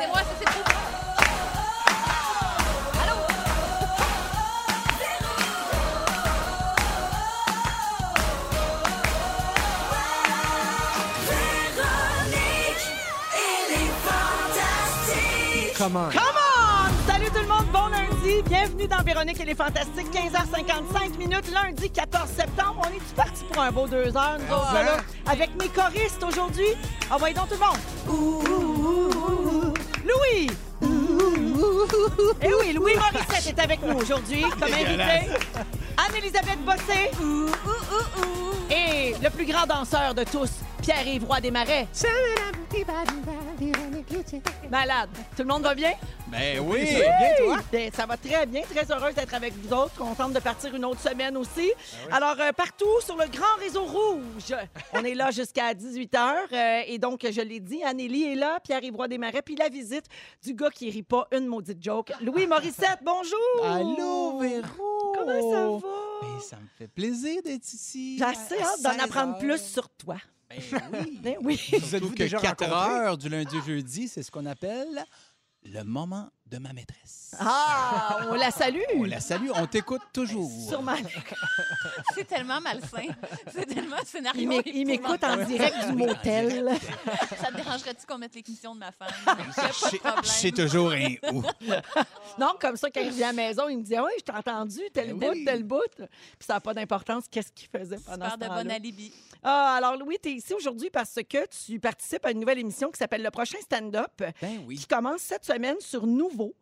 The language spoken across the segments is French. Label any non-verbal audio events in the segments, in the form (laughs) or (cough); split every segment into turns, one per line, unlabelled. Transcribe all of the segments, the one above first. C'est moi, ça c'est trop.
Come on! Salut tout le monde, bon lundi. Bienvenue dans Véronique et les Fantastiques, 15h55 minutes, lundi 14 septembre. On est-tu parti pour un beau deux heures, nous autres, là, avec mes choristes aujourd'hui? Ah ouais, donc tout le monde. Louis! Eh oui, Louis Morissette est avec nous aujourd'hui comme invité. Anne-Elisabeth Bossé. Et le plus grand danseur de tous, Pierre-Yves Roy Desmarais. Malade. Tout le monde va bien?
Ben oui!
Bien, Ben, Ça va très bien, très heureuse d'être avec vous autres, contente de partir une autre semaine aussi.
Ah
Alors, euh, partout sur le grand réseau rouge, on est
(laughs)
là jusqu'à 18 h. et donc, je l'ai dit, Anélie est là, Pierre-Yves Roy Desmarais, puis la visite du gars qui rit pas une maudite joke, Louis Morissette. Bonjour!
Allô, Véro!
Comment ça va?
Ben, ça me fait plaisir d'être ici.
J'ai assez hâte d'en apprendre plus sur toi.
Ben (laughs) oui.
Ben oui.
Surtout que 4 heures du lundi au jeudi, c'est ce qu'on appelle le moment de ma maîtresse.
Ah, on la salue!
On la salue, on t'écoute toujours.
Sûrement.
C'est tellement malsain. (laughs) C'est tellement un scénario.
Il m'é- il m'écoute en
épouvantable.
direct du
(laughs)
motel.
Ça te dérangerait-tu qu'on mette l'émission de ma femme?
C'est-
pas de
C'est
problème.
toujours un ou.
Non, comme ça, quand il vient à la maison, il me dit Oui, je t'ai entendu, tel
Ben
bout,
oui.
tel bout. Puis ça n'a pas d'importance, qu'est-ce qu'il faisait pendant ce
Super de bon
temps-là.
alibi.
Ah, alors, Louis, tu es ici aujourd'hui parce que tu participes à une nouvelle émission qui s'appelle Le prochain stand-up.
Ben oui.
Qui commence cette semaine sur Nouveau.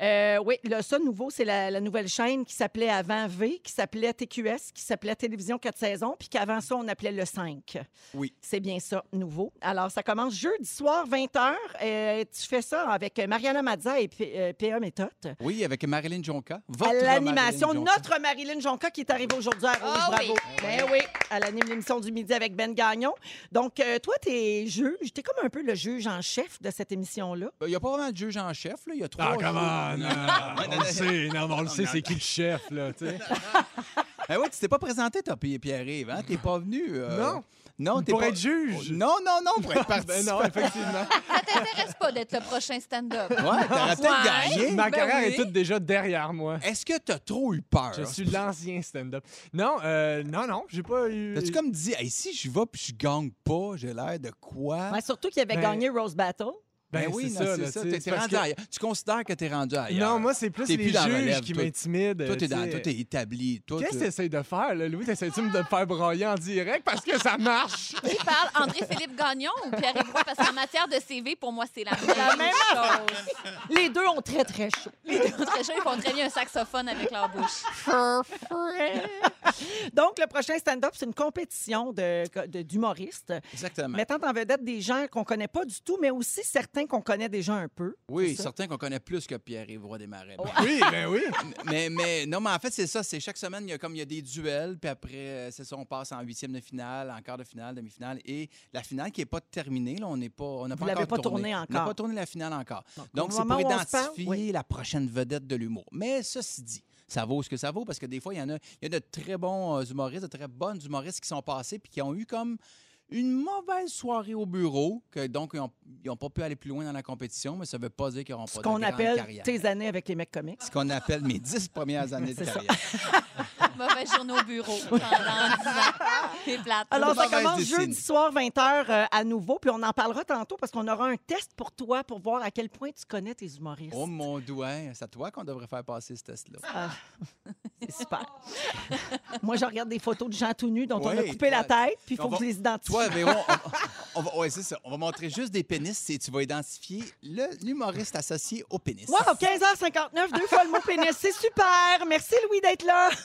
Euh, oui, le seul Nouveau, c'est la, la nouvelle chaîne qui s'appelait avant V, qui s'appelait TQS, qui s'appelait Télévision 4 saisons, puis qu'avant ça, on appelait le 5.
Oui.
C'est bien ça, Nouveau. Alors, ça commence jeudi soir, 20h. Euh, tu fais ça avec Mariana Mazza et P- euh, P.A. Méthode.
Oui, avec Marilyn Jonca.
À
votre
l'animation,
Marilyn Jonca.
notre Marilyn Jonca qui est arrivée aujourd'hui à Rouge,
Ah
bravo.
oui.
Ben oui, elle anime l'émission du midi avec Ben Gagnon. Donc, euh, toi, t'es juge, t'es comme un peu le juge en chef de cette émission-là.
Il n'y a pas vraiment de juge en chef, là. Il y a trois.
Ah, come on!
juges. (laughs)
non, On le sait, non, mais on le sait, c'est qui le chef, là, tu sais.
Ben oui, tu t'es pas présenté, toi, Pierre- Pierre-Yves. Hein? T'es pas venu. euh,
Non.
Non, t'es
Pour
pas... Oh,
être juge.
Non, non, non,
(laughs)
pour être
Ben
participant.
non, effectivement.
Ça t'intéresse pas d'être le prochain stand-up?
Ouais, t'aurais peut-être
Ouais.
gagné.
Ma
Ben
carrière
oui.
est toute déjà derrière moi.
Est-ce que t'as trop eu peur?
Je suis l'ancien stand-up. Non, euh, non, non, j'ai pas eu.
T'as-tu comme dit, Hey, si je vais puis je gagne pas, j'ai l'air de quoi?
Ouais, surtout qu'il avait
Ben-
gagné Rose Battle.
Ben,
Ben oui,
c'est
non,
ça,
c'est
là,
ça.
tu sais,
T'es-
c'est
t'es
parce
rendu
que-
ailleurs. Tu considères que t'es rendu ailleurs.
Non, moi, c'est plus
T'es
les
plus
juges
dans la relève,
qui
toi.
m'intimident.
Toi, t'es
tu
dans-
sais.
toi, t'es établi. Toi,
Qu'est-ce que
t'as-
t'essayes de faire, là, Louis? T'essayes-tu de me faire broyer en direct parce que
(laughs)
ça marche?
Qui parle? André-Philippe Gagnon ou Pierre-Yves Roy? Parce qu'en matière de CV, pour moi, c'est la même,
même
chose.
Les deux ont très, très chaud.
Les deux très jeunes, ils font très bien un saxophone avec leur bouche.
Donc, le prochain stand-up, c'est une compétition de- de- d'humoristes
Exactement.
mettant en vedette des gens qu'on connaît pas du tout, mais aussi certains qu'on connaît déjà un peu.
Oui,
C'est ça.
certain qu'on connaît plus que Pierre-Yves Roy des Marais.
Oui, ben oui.
Mais, mais non, mais en fait, c'est ça. C'est chaque semaine, il y a comme il y a des duels, puis après, euh, c'est ça, on passe en huitième de finale, en quart de finale, demi-finale, et la finale qui n'est pas terminée. Là, on n'est pas, on n'a
Vous
pas
l'avez
encore
pas
tourné.
tournée
On n'a
encore.
pas tourné la finale encore.
au
Donc, c'est
moment
pour
où on se parle,
identifier
oui.
la prochaine vedette de l'humour. Mais ceci dit, ça vaut ce que ça vaut parce que des fois, il y en a, il y a de très bons euh, humoristes, de très bonnes humoristes qui sont passés puis qui ont eu comme une mauvaise soirée au bureau, que, donc ils n'ont pas pu aller plus loin dans la compétition, mais ça ne veut pas dire qu'ils n'auront pas
Ce
de
qu'on
grande
appelle
carrière.
tes années avec les mecs comiques.
Ce qu'on appelle mes dix
(laughs)
premières années de carrière.
Mauvaise journée au bureau pendant 10 ans. C'est plate.
Alors, ça
mauvaise
commence
décennie.
jeudi soir, 20h euh, à nouveau. Puis on en parlera tantôt parce qu'on aura un test pour toi pour voir à quel point tu connais tes humoristes.
Oh mon doigt, c'est à toi qu'on devrait faire passer ce test-là.
Ah. C'est super. (laughs) Moi, je regarde des photos de gens tout nus dont on a
Ouais,
coupé la
toi-
tête, puis il faut
on
que je
va-
les identifie.
Toi, Véro, on, on va, ouais, c'est ça. On va montrer juste des pénis et tu vas identifier le- l'humoriste associé au pénis.
Wow, 15h59, deux fois le mot pénis. C'est super. Merci, Louis, d'être là. (laughs)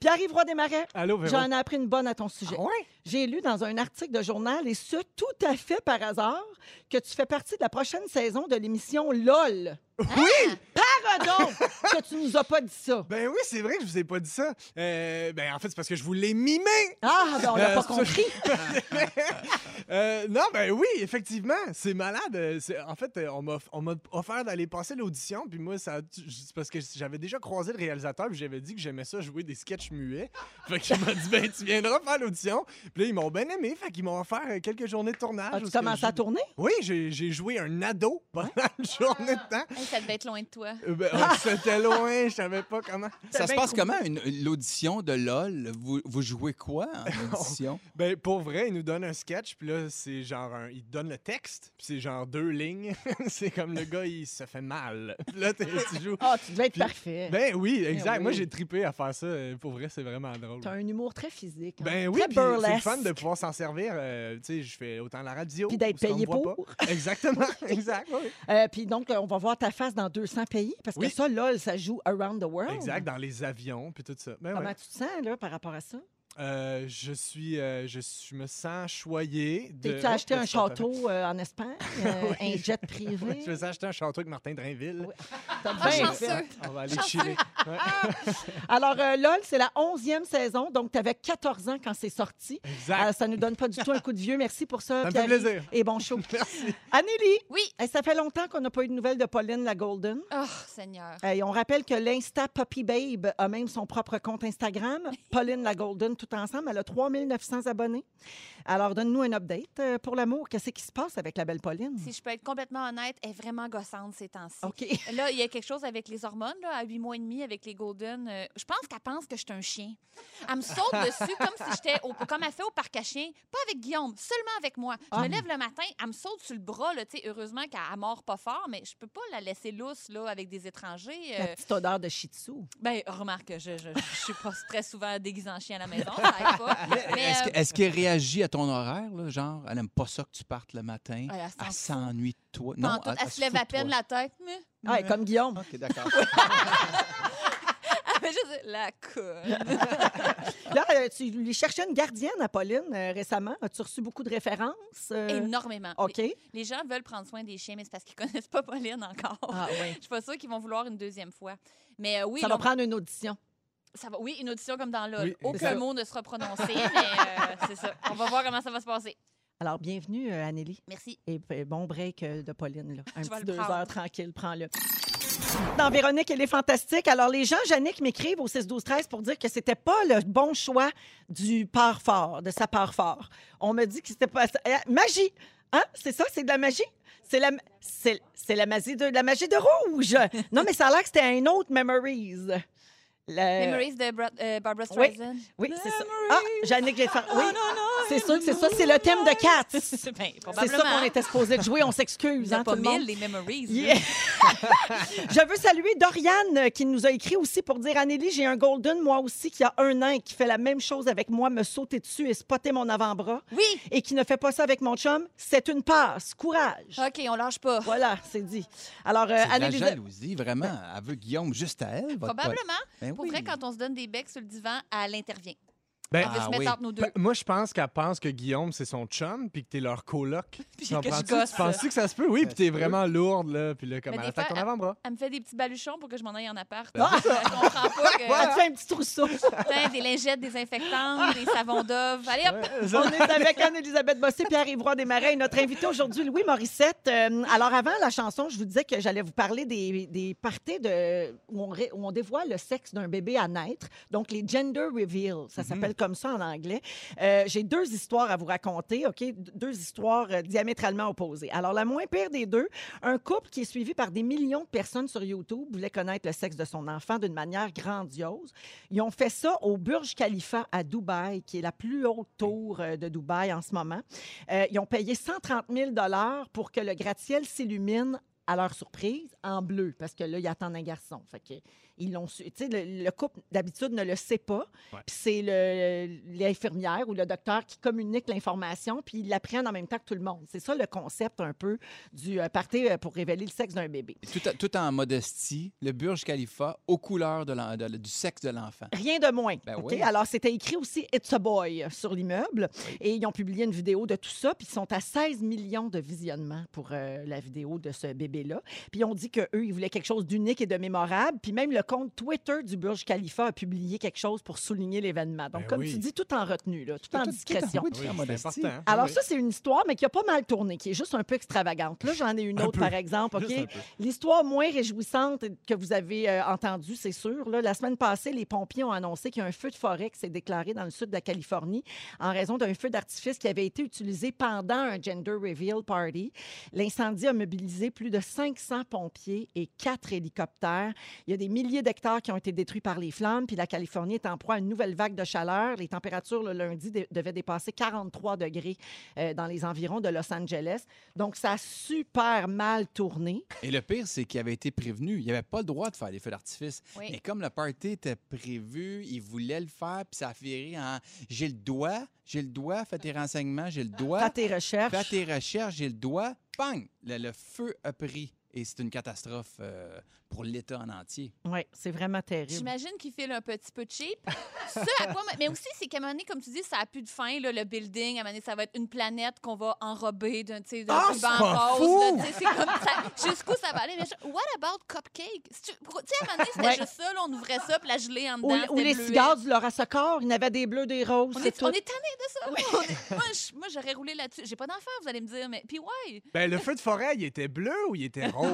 Pierre-Yves Roy Desmarais.
Allô, Véro?
J'en ai appris une bonne à ton sujet. J'ai lu dans un article de journal, et ce, tout à fait par hasard, que tu fais partie de la prochaine saison de l'émission LOL.
Oui!
(laughs) Pardon que tu nous as pas dit ça.
Ben oui, c'est vrai que je vous ai pas dit ça. Euh, ben en fait, c'est parce que je vous l'ai mimé.
Ah, ben on l'a
Euh,
pas
c'est ça.
compris.
Euh, non, ben oui, effectivement, c'est malade. Euh, c'est- En fait, euh, on m'a on m'a offert d'aller passer l'audition, puis moi, ça, c'est parce que j'avais déjà croisé le réalisateur, puis j'avais dit que j'aimais ça jouer des sketchs muets. Fait que je m'a dit, ben tu viendras faire l'audition. Puis là, ils m'ont bien aimé, fait qu'ils m'ont offert euh, quelques journées de tournage.
As-tu
où ce que
commencé à
je-
tourner? Hein?
Oui, j'ai j'ai joué un ado pendant une journée de temps.
Hey, ça devait être loin de toi.
Euh, ben,
Ah!
euh, C'était loin, je savais pas comment.
Ça se
bien
passe
coupé.
comment, une- une- l'audition de LOL? Vous, vous jouez quoi
(laughs)
en audition?
Ben, pour vrai, il nous donne un sketch, puis là, c'est genre un... Il te donne le texte, puis c'est genre deux lignes. (laughs) c'est comme le gars, il se fait mal. Puis là, t'es- tu joues...
Ah, tu devais être
Puis-
parfait.
Ben oui, exact.
oui.
Moi, j'ai tripé à faire ça. Euh, Pour vrai, c'est vraiment drôle.
T'as un humour très physique. hein.
Ben oui,
Très
puis c'est le
burlesque.
fun de pouvoir s'en servir. euh, tu sais, je fais autant la radio.
Puis d'être
parce qu'on me
payé
voit
pour.
pas.
(laughs)
Exactement, exact. oui.
Euh, puis donc, euh, on va voir ta face dans 200 pays, parce
Oui.
que ça, LOL, ça joue around the world.
Exact, dans les avions, puis tout ça. Ben
Comment
ouais.
tu te sens, là, par rapport à ça?
Euh, je suis... euh, je suis- je me sens choyé. de-
T'as-tu acheté
Oh,
un
je t'entends.
château euh, en Espagne? euh,
Oui.
Un jet
Ouais,
privé?
(laughs) je me suis acheté un château avec Martin Drainville.
T'as
Ah,
bien
chanceux.
fait.
On va aller chiller. Ouais,
Alors, euh, LOL, c'est la 11e saison, donc tu avais 14 ans quand c'est sorti.
exact.
Euh, ça nous donne pas du tout un coup de vieux. Merci pour ça.
Ça me fait
Pierre-Yves.
plaisir.
Et bon show.
(laughs) Merci.
Anélie,
Oui.
hey, ça fait longtemps qu'on n'a pas eu de nouvelles de Pauline la Golden.
Oh, Seigneur.
Hey, on rappelle que l'Insta Poppy Babe a même son propre compte Instagram. Pauline la Golden, tout ensemble, elle a 3900 abonnés. Alors, donne-nous un update euh, pour l'amour. Qu'est-ce qui se passe avec la belle Pauline?
Si je peux être complètement honnête, elle est vraiment gossante ces temps-ci.
OK.
Là, il y a quelque chose avec les hormones, là, à 8 mois et demi, avec les Golden. euh, je pense qu'elle pense que je suis un chien. Elle me (laughs) saute dessus comme si j'étais au, comme elle fait au parc à chiens. Pas avec Guillaume, seulement avec moi. Je me lève le matin, elle me saute sur le bras, là, tu sais, heureusement qu'elle elle mord pas fort, mais je peux pas la laisser lousse, là, avec des étrangers.
(laughs) La
euh,
petite odeur de Shih Tzu.
ben, remarque, je, je, je suis pas très souvent déguisée en chien à la maison, ça aide pas. (laughs) Mais,
Est-ce
euh,
que- est-ce qu'elle réagit à ton horaire? là? genre, elle aime pas ça que tu partes le matin.
ah, Elle, elle s'en
Elle
fout.
s'ennuie de toi.
pantoute, elle, se lève
fout de
à
ah, toi.
peine la tête, mais
Ah, et comme Guillaume.
(laughs) OK, d'accord.
elle fait juste la conne. (laughs)
Là, euh, tu lui cherchais une gardienne à Pauline euh, récemment. As-tu reçu beaucoup de références? Euh,
Énormément.
OK.
Les gens veulent prendre soin des chiens, mais c'est parce qu'ils (laughs) connaissent pas Pauline encore.
Ah, oui.
Je suis pas sûre qu'ils vont vouloir une deuxième fois. Mais euh, oui,
Ça va
l'on-
prendre une audition.
ça va- oui, une audition comme dans LOL.
Oui,
Aucun
exact.
mot ne sera prononcé, mais euh, (laughs) c'est ça. On va voir comment ça va se passer.
Alors, bienvenue, euh, Anneli.
Merci.
Et euh, bon break euh, de Pauline. Là. Un
Je vais
petit
le
deux
prendre.
heures tranquille, prends-le. Dans Véronique, elle est fantastique. Alors, les gens, Yannick m'écrivent au 6-12-13 pour dire que c'était pas le bon choix du part fort, de sa part fort. On me dit que c'était pas. eh, Magie! Hein? C'est ça? C'est de la magie? C'est la, c'est, c'est la, magie de, la magie de rouge! non, mais ça a l'air que c'était un autre Memories. Le-
Memories de Bra- euh, Barbara
oui.
Streisand.
Oui, c'est ça. Ah, Yannick Lessard. Oui, c'est sûr que c'est ça. C'est le thème de Cats.
C'est bien,
(laughs) C'est ça qu'on
Ben, probablement.
était supposé de jouer. On s'excuse,
Il y en
hein,
a
tout
pas
le monde.
mille, les Memories. là.
Yeah. (laughs) Je veux saluer Doriane euh, qui nous a écrit aussi pour dire Anélie, j'ai un Golden moi aussi qui a un an et qui fait la même chose avec moi, me sauter dessus et spotter mon avant-bras
Oui.
et qui ne fait pas ça avec mon chum. C'est une passe. Courage.
OK, on lâche pas.
Voilà, c'est dit. Alors, euh,
C'est de la
Anélie.
jalousie, vraiment. Elle veut Guillaume juste à elle. votre
Probablement.
pote. Ben
Pour
oui.
vrai, quand on se donne des becs sur le divan, elle intervient.
Ben,
On veut
Ah
se mettre
oui.
entre nous deux.
ben, moi, je pense qu'elle pense que Guillaume, c'est son chum, puis que t'es leur coloc.
Puis
T'en
que je
penses-tu?
gosse.
Tu penses-tu que ça se peut? Oui, puis t'es
se peut.
vraiment lourde, là. Puis là, comme
Mais
elle
des
attaque
fois,
ton avant-bras.
Elle me fait des petits baluchons pour que je m'en aille en appart. Je comprends pas
(laughs) Elle te
que...
fait un petit trousseau.
Putain, des lingettes désinfectantes, des savons d'oeuvre. Allez, hop!
Ouais, ça-
On est avec Anne-Elisabeth Bossé, Pierre-Yvroy Desmarais et notre invité aujourd'hui, Louis Morissette. Euh, alors, avant la chanson, je vous disais que j'allais vous parler des, des parties de, où, on ré- où on dévoile le sexe d'un bébé à naître, donc les gender reveals, ça s'appelle comme ça en anglais. Euh, J'ai deux histoires à vous raconter, OK? D- Deux histoires euh, diamétralement opposées. Alors, la moins pire des deux, un couple qui est suivi par des millions de personnes sur YouTube voulait connaître le sexe de son enfant d'une manière grandiose. Ils ont fait ça au Burj Khalifa à Dubaï, qui est la plus haute tour euh, de Dubaï en ce moment. Euh, ils ont payé 130 000 pour que le gratte-ciel s'illumine à leur surprise, en bleu, parce que là, ils attendent un garçon. Fait que Ils l'ont su. Tu sais, le, le couple, d'habitude, ne le sait pas. Puis c'est le- l'infirmière ou le docteur qui communique l'information, puis ils l'apprennent en même temps que tout le monde. C'est ça le concept un peu du euh, party euh, pour révéler le sexe d'un bébé.
Tout, à- tout en modestie, le Burj Khalifa aux couleurs de l'en- de- du sexe de l'enfant.
Rien de moins.
Ben
OK?
oui.
Alors, c'était écrit aussi It's a Boy sur l'immeuble. Et ils ont publié une vidéo de tout ça. Puis ils sont à 16 millions de visionnements pour euh, la vidéo de ce bébé-là. Puis ils ont dit qu'eux, ils voulaient quelque chose d'unique et de mémorable. Puis même le compte Twitter du Burj Khalifa a publié quelque chose pour souligner l'événement. Donc,
Ben
comme
oui.
tu dis, tout en retenue, là, tout en
Tout- tout-
discrétion.
oui, tout en
Oui, c'est
modestie.
important. hein.
Alors,
Ah Oui.
ça, c'est une histoire, mais qui a pas mal tourné, qui est juste un peu extravagante. Là, j'en ai une autre, par exemple.
Juste un
OK?
peu.
L'histoire moins réjouissante que vous avez euh, entendue, c'est sûr. là. La semaine passée, les pompiers ont annoncé qu'il y a un feu de forêt qui s'est déclaré dans le sud de la Californie en raison d'un feu d'artifice qui avait été utilisé pendant un gender reveal party. L'incendie a mobilisé plus de 500 pompiers et 4 hélicoptères. Il y a des milliers d'hectares qui ont été détruits par les flammes, puis la Californie est en proie à une nouvelle vague de chaleur. Les températures le lundi dé- devaient dépasser 43 degrés euh, dans les environs de Los Angeles. Donc, ça a super mal tourné.
Et le pire, c'est qu'il avait été prévenu. Il n'avait pas le droit de faire des feux d'artifice.
Oui.
Mais comme le party était prévu, il voulait le faire, puis ça a viré en j'ai le doigt, j'ai le doigt, fais tes renseignements, j'ai le doigt,
Fais tes recherches.
fais tes recherches, j'ai le doigt, bang! Le, le feu a pris. Et c'est une catastrophe euh, pour l'État en entier.
Oui, c'est vraiment terrible.
J'imagine qu'il file un petit peu cheap. Ce à quoi, mais aussi, c'est qu'à un moment donné, comme tu dis, ça n'a plus de fin, là, le building. À un moment donné, ça va être une planète qu'on va enrober d'un tu sais, d'un
Ah,
ruban
c'est pas
rose. là,
fou!
tu sais, c'est comme ça. Jusqu'où ça va aller? Mais je- what about cupcake? Si Tu pourquoi- tu sais, à un moment donné, c'était
Ouais.
juste ça. là, on ouvrait ça, puis la gelée en
Ou,
dedans.
ou
c'était
les
bleuet.
cigares du Laura Socor, il y en avait des bleus, des roses,
On
c'est
est,
tout.
on est tanné de ça. On est- moi, je- moi, j'aurais roulé là-dessus. J'ai pas d'enfant, vous allez me dire, mais puis ouais.
Ben, le feu de forêt, il était bleu ou il était rose?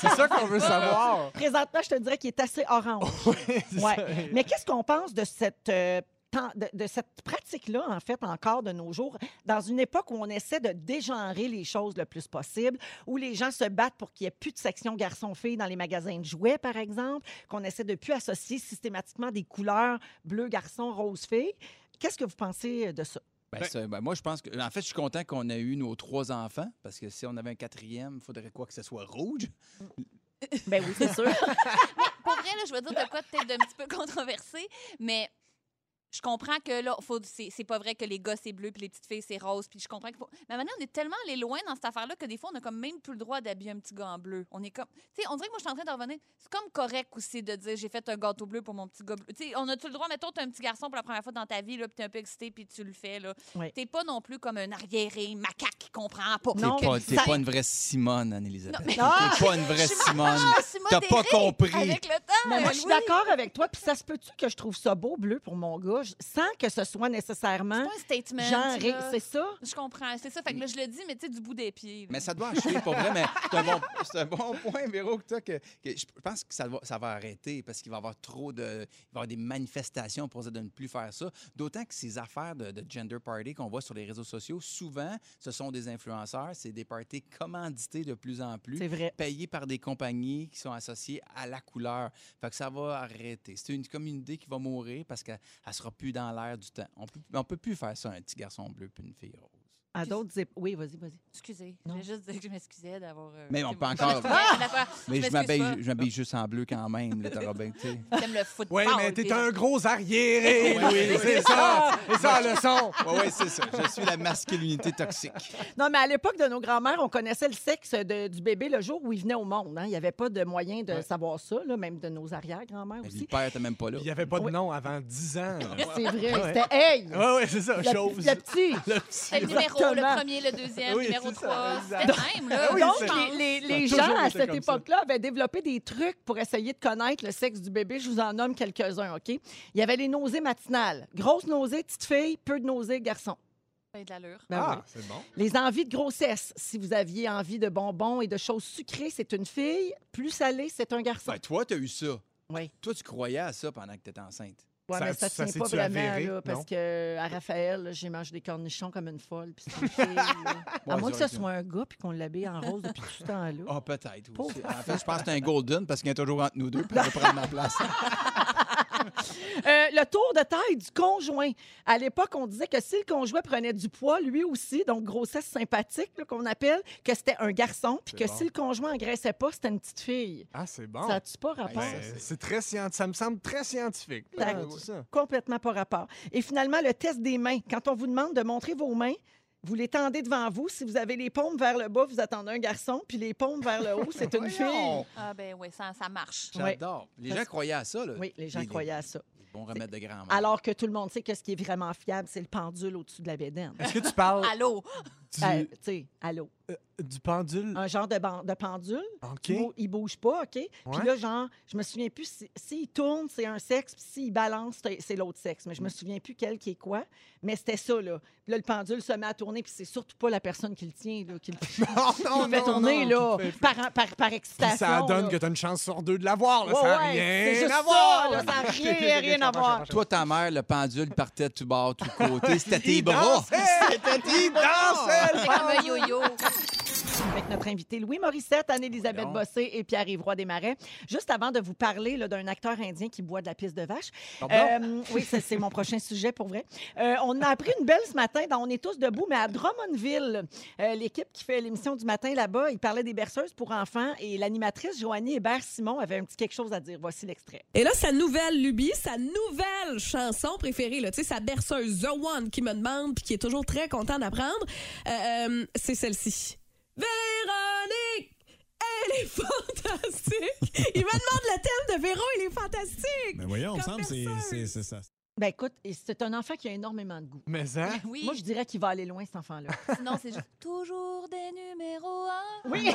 c'est ça qu'on veut
Ah,
savoir.
Présentement, je te dirais qu'il est assez orange.
(laughs) Oui, c'est
Ouais.
ça.
Mais qu'est-ce qu'on pense de cette... euh, tan- de, de cette pratique-là, en fait, encore de nos jours, dans une époque où on essaie de dégenrer les choses le plus possible, où les gens se battent pour qu'il n'y ait plus de section garçon-fille dans les magasins de jouets, par exemple, qu'on essaie de plus associer systématiquement des couleurs bleu-garçon, rose-fille. Qu'est-ce que vous pensez de ça?
Ben,
Ben-
ça, ben, moi, je pense que. En fait, je suis content qu'on ait eu nos trois enfants, parce que si on avait un quatrième, il faudrait quoi que ce soit rouge.
Ben oui, c'est sûr.
Pour vrai, là, je vais dire de quoi peut-être d'un petit peu (laughs) controversé, mais je comprends que là, faut, c'est, c'est pas vrai que les gars, c'est bleu, puis les petites filles, c'est rose, puis je comprends qu'il faut... Mais maintenant, on est tellement allé loin dans cette affaire-là que des fois, on a comme même plus le droit d'habiller un petit gars en bleu. On est comme... Tu sais, on dirait que moi, je suis en train de revenir... C'est comme correct aussi de dire, j'ai fait un gâteau bleu pour mon petit gars bleu. Tu sais, on a-tu le droit, mettons, t'es un petit garçon pour la première fois dans ta vie, là, puis t'es un peu excité, puis tu le fais, là.
Oui.
T'es pas non plus comme un arriéré macaque qui comprend pas.
Non,
T'es pas,
que-
t'es
ça-
pas une vraie Simone, Anne-Elisabeth.
Non, mais-
T'es pas une vraie Simone.
Ah, c'est
T'as pas
modéré
compris.
Avec le temps,
(laughs)
euh,
Mais moi, je
oui.
suis d'accord avec toi. Puis ça se peut-tu que je trouve ça beau, bleu, pour mon gars, je- sans que ce soit
C'est
nécessairement
pas un statement.
genré?
là.
C'est ça?
Je comprends, c'est ça. Fait que là, je le dis, mais tu sais, du bout des pieds. là.
Mais ça doit achever, pour vrai. Mais c'est un, bon, c'est un bon point, Véro, que t'as, que, que je pense que ça va, ça va arrêter parce qu'il va y avoir trop de. Il va y avoir des manifestations pour dire de ne plus faire ça. D'autant que ces affaires de, de gender party qu'on voit sur les réseaux sociaux, souvent, ce sont des influenceurs, c'est des parties commandités de plus en plus.
C'est vrai.
payés par des compagnies qui sont associées à la couleur. Fait que ça va arrêter. C'est une communauté qui va mourir parce qu'elle ne sera plus dans l'air du temps. On peut, on peut plus faire ça, un petit garçon bleu puis une fille rose.
À d'autres ép- Oui, vas-y, vas-y.
Excusez,
Non.
je voulais juste dire que je m'excusais d'avoir. euh,
Mais on
été-
peut encore- (laughs) Mais je m'habille,
m'excuse
je m'habille juste en bleu quand même, là, t'auras bien, tu (laughs) sais.
pas. J'aime le football.
Oui, mais t'es
puis-
un gros arriéré, Louis. C'est ça. C'est ça, la leçon.
Oui, ouais, c'est ça. Je suis la masculinité
(laughs)
toxique.
Non, mais à l'époque de nos grands-mères, on connaissait le sexe de- du bébé le jour où il venait au monde. hein. Il n'y avait pas de moyen de savoir ça, là, même de nos arrière-grands-mères
Ben,
Mais
aussi.
le père, t'es même pas là.
Il n'y avait pas de
Oui.
nom avant 10 ans. Ah,
C'est vrai.
Ouais.
C'était Hey!
Oui, oui, c'est ça,
Le,
chose.
le petit!
(laughs)
C'est le numéro,
Exactement.
le premier, le deuxième,
Oui,
le numéro
c'est ça,
trois.
exact.
C'était le même, là.
Ah oui,
Donc,
c'est-
les, les-
Ça a
les
toujours
gens, à
été
cette
comme ça.
époque-là, avaient développé des trucs pour essayer de connaître le sexe du bébé. Je vous en nomme quelques-uns, OK? Il y avait les nausées matinales. Grosse nausée, petite fille, peu de nausées, garçon.
Ben, de l'allure.
Ben oui.
Ah, c'est bon.
Les envies de grossesse. Si vous aviez envie de bonbons et de choses sucrées, c'est une fille. Plus salée, c'est un garçon.
Ben, toi, t'as eu ça.
Oui.
Toi, tu croyais à ça pendant que t'étais enceinte.
Ouais,
Ça-
mais ça,
ça
tient pas
s'est-tu
vraiment,
avéré?
là, parce
Non.
que à Raphaël, là, j'ai mangé des cornichons comme une folle. Puis
(laughs)
c'est une fille, là. à
Ouais,
moins que
c'est
ce
vrai que-
soit un gars puis qu'on l'habille en rose depuis tout ce temps-là.
Ah, peut-être. oui.
Pauvre.
(laughs) En fait, je pense que t'es un golden parce qu'il y a toujours entre nous deux, puis il va prendre ma place.
Euh, le tour de taille du conjoint. À l'époque, on disait que si le conjoint prenait du poids, lui aussi, donc grossesse sympathique, là, qu'on appelle, que c'était un garçon, puis
C'est
que
bon.
si le conjoint engraissait pas, c'était une petite fille.
Ah, c'est bon.
Ça n'a-tu pas rapport?
Ben, c'est très scientifique. Ça me semble très scientifique.
Ça-
Ben, c'est ça.
Complètement pas rapport. Et finalement, le test des mains. Quand on vous demande de montrer vos mains, vous les tendez devant vous. Si vous avez les paumes vers le bas, vous attendez un garçon, puis les paumes vers le haut, c'est une fille.
Voyons.
Ah, ben oui, ça, ça marche.
J'adore. Les gens
Parce-
croyaient à ça. Là.
Oui, les gens
Des- des-
croyaient à ça.
des Bons remèdes de grand-mère.
Alors que tout le monde sait que ce qui est vraiment fiable, c'est le pendule au-dessus de la bédaine.
Est-ce que tu parles
Allô?
du,
Euh, tu sais, allô.
du pendule?
Un genre de, ban- de pendule.
OK.
qui bou- Il bouge pas, OK?
Ouais.
Puis là, genre, je me souviens plus, si- s'il tourne, c'est un sexe, puis s'il balance, c'est- c'est l'autre sexe. Mais je me
Mm.
souviens plus quel qui est quoi. Mais c'était ça, là. Puis là, le pendule se met à tourner, puis c'est surtout pas la personne qui le tient, là,
(laughs)
qui le qui
(laughs) Non, non,
le fait tourner,
non.
là, par, par, par
Puis
excitation.
ça donne
là.
que t'as une chance sur deux de l'avoir. Là,
Ouais,
ça n'a
ouais, c'est
rien
juste
à
ça,
voir.
là, ça
(laughs)
a rien, rien à voir.
Toi, ta mère, le pendule partait tout bord, tout côté. (laughs) C'était tes
Il
bras.
dansait! Il
Ah!
dansait!
C'est comme un
(laughs)
yo-yo.
avec notre invité Louis Morissette, Anne-Élisabeth
Voyons.
Bossé et Pierre-Yves Roy Desmarais. Juste avant de vous parler là, d'un acteur indien qui boit de la pisse de vache.
Pardon?
Euh, oui, ça, c'est mon prochain sujet pour vrai. Euh, on a appris une belle ce matin dans On est tous debout, mais à Drummondville, euh, l'équipe qui fait l'émission du matin là-bas, il parlait des berceuses pour enfants et l'animatrice Joanie Hébert-Simon avait un petit quelque chose à dire. Voici l'extrait.
Et là, sa nouvelle lubie, sa nouvelle chanson préférée, là, tu sais, sa berceuse The One qui me demande puis qui est toujours très content d'apprendre, euh, euh, c'est celle-ci. Véronique! Elle est fantastique! Il me demande le thème de Véro, il est fantastique!
Ben
Mais voyons, me
Comme
semble, c'est-
personne.
c'est c'est ça.
Ben écoute, et c'est un enfant qui a énormément de goût.
Mais hein?
Oui,
Moi, je dirais qu'il va aller loin, cet enfant-là.
sinon, c'est juste toujours des numéros 1.
Oui.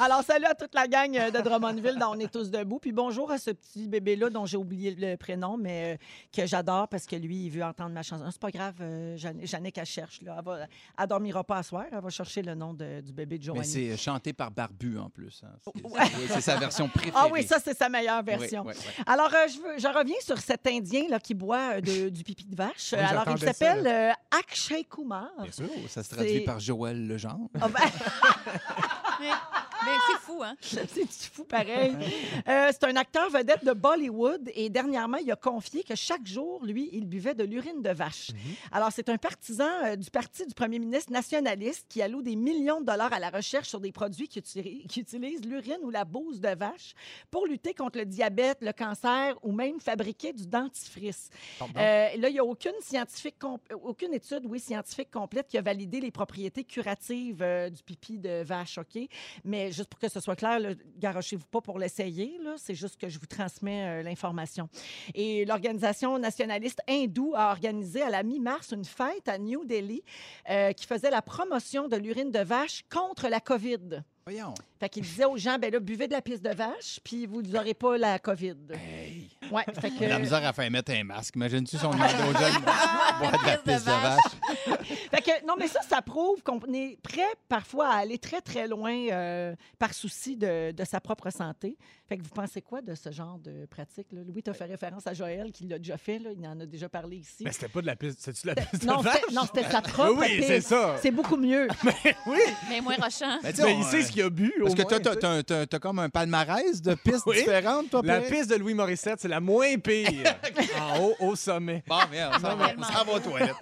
Alors, salut à toute la gang euh, de Drummondville dont on est tous debout. Puis bonjour à ce petit bébé-là dont j'ai oublié le prénom, mais euh, que j'adore parce que lui, il veut entendre ma chanson. C'est pas grave, euh, Jan- Jannick, elle cherche. Là. Elle, va, elle dormira pas à soir. Elle va chercher le nom de- du bébé de
Mais
Joanie.
c'est euh, chanté par Barbu en plus. hein. C'est- c'est- C'est sa version préférée.
Ah oui, ça, c'est sa meilleure version.
Oui, oui, oui.
Alors, euh, je, veux- je reviens sur cet Indien là, qui boit euh, de- du pipi de vache.
Oui,
Alors, il
j'attendais ça,
s'appelle euh, Akshay Kumar.
Bien sûr, Oh, ça se
C'est-
traduit par Joël Legendre.
Ah ben-
(laughs) Mais, mais c'est fou, hein?
(laughs) C'est du fou pareil. Euh, c'est un acteur vedette de Bollywood et dernièrement, il a confié que chaque jour, lui, il buvait de l'urine de vache. Alors, c'est un partisan euh, du parti du premier ministre nationaliste qui alloue des millions de dollars à la recherche sur des produits qui, uti- qui utilisent l'urine ou la bouse de vache pour lutter contre le diabète, le cancer ou même fabriquer du dentifrice. Euh, là, il n'y a aucune, scientifique comp- aucune étude oui, scientifique complète qui a validé les propriétés curatives euh, du pipi de vache, OK? Mais juste pour que ce soit clair, là, garochez-vous pas pour l'essayer. là. C'est juste que je vous transmets euh, l'information. Et l'organisation nationaliste hindoue a organisé à la mi-mars une fête à New Delhi euh, qui faisait la promotion de l'urine de vache contre la COVID.
Voyons.
Fait qu'il disait aux gens, ben là, buvez de la pisse de vache, puis vous n'aurez pas la COVID.
Hey.
Ouais, fait que...
La misère à faire mettre un masque. Imagine-tu son demandait aux jeunes boire de la pisse de vache.
Fait que, non, mais ça, ça prouve qu'on est prêt parfois à aller très, très loin euh, par souci de, de sa propre santé. Fait que vous pensez quoi de ce genre de pratique? là? Louis, tu fait référence à Joël qui l'a déjà fait. là. Il en a déjà parlé ici.
Mais c'était pas de la piste. C'est-tu de la piste
non,
de vache?
c'était- non, c'était sa propre
oui, c'est
piste.
ça. Ah,
C'est beaucoup mieux.
Oui,
Mais moins rochant.
Mais tu sais,
mais
on,
il
euh,
sait ce qu'il a bu. au
Parce que
moins,
toi, t'as-
tu sais.
t'as un- t'as t'as comme un palmarès de pistes
Oui.
différentes, toi,
La
Pierre?
piste de Louis Morissette, c'est la moins
(laughs)
pire. en haut, au sommet.
Bon, merde, ça va,
Tellement.
ça va aux toilettes.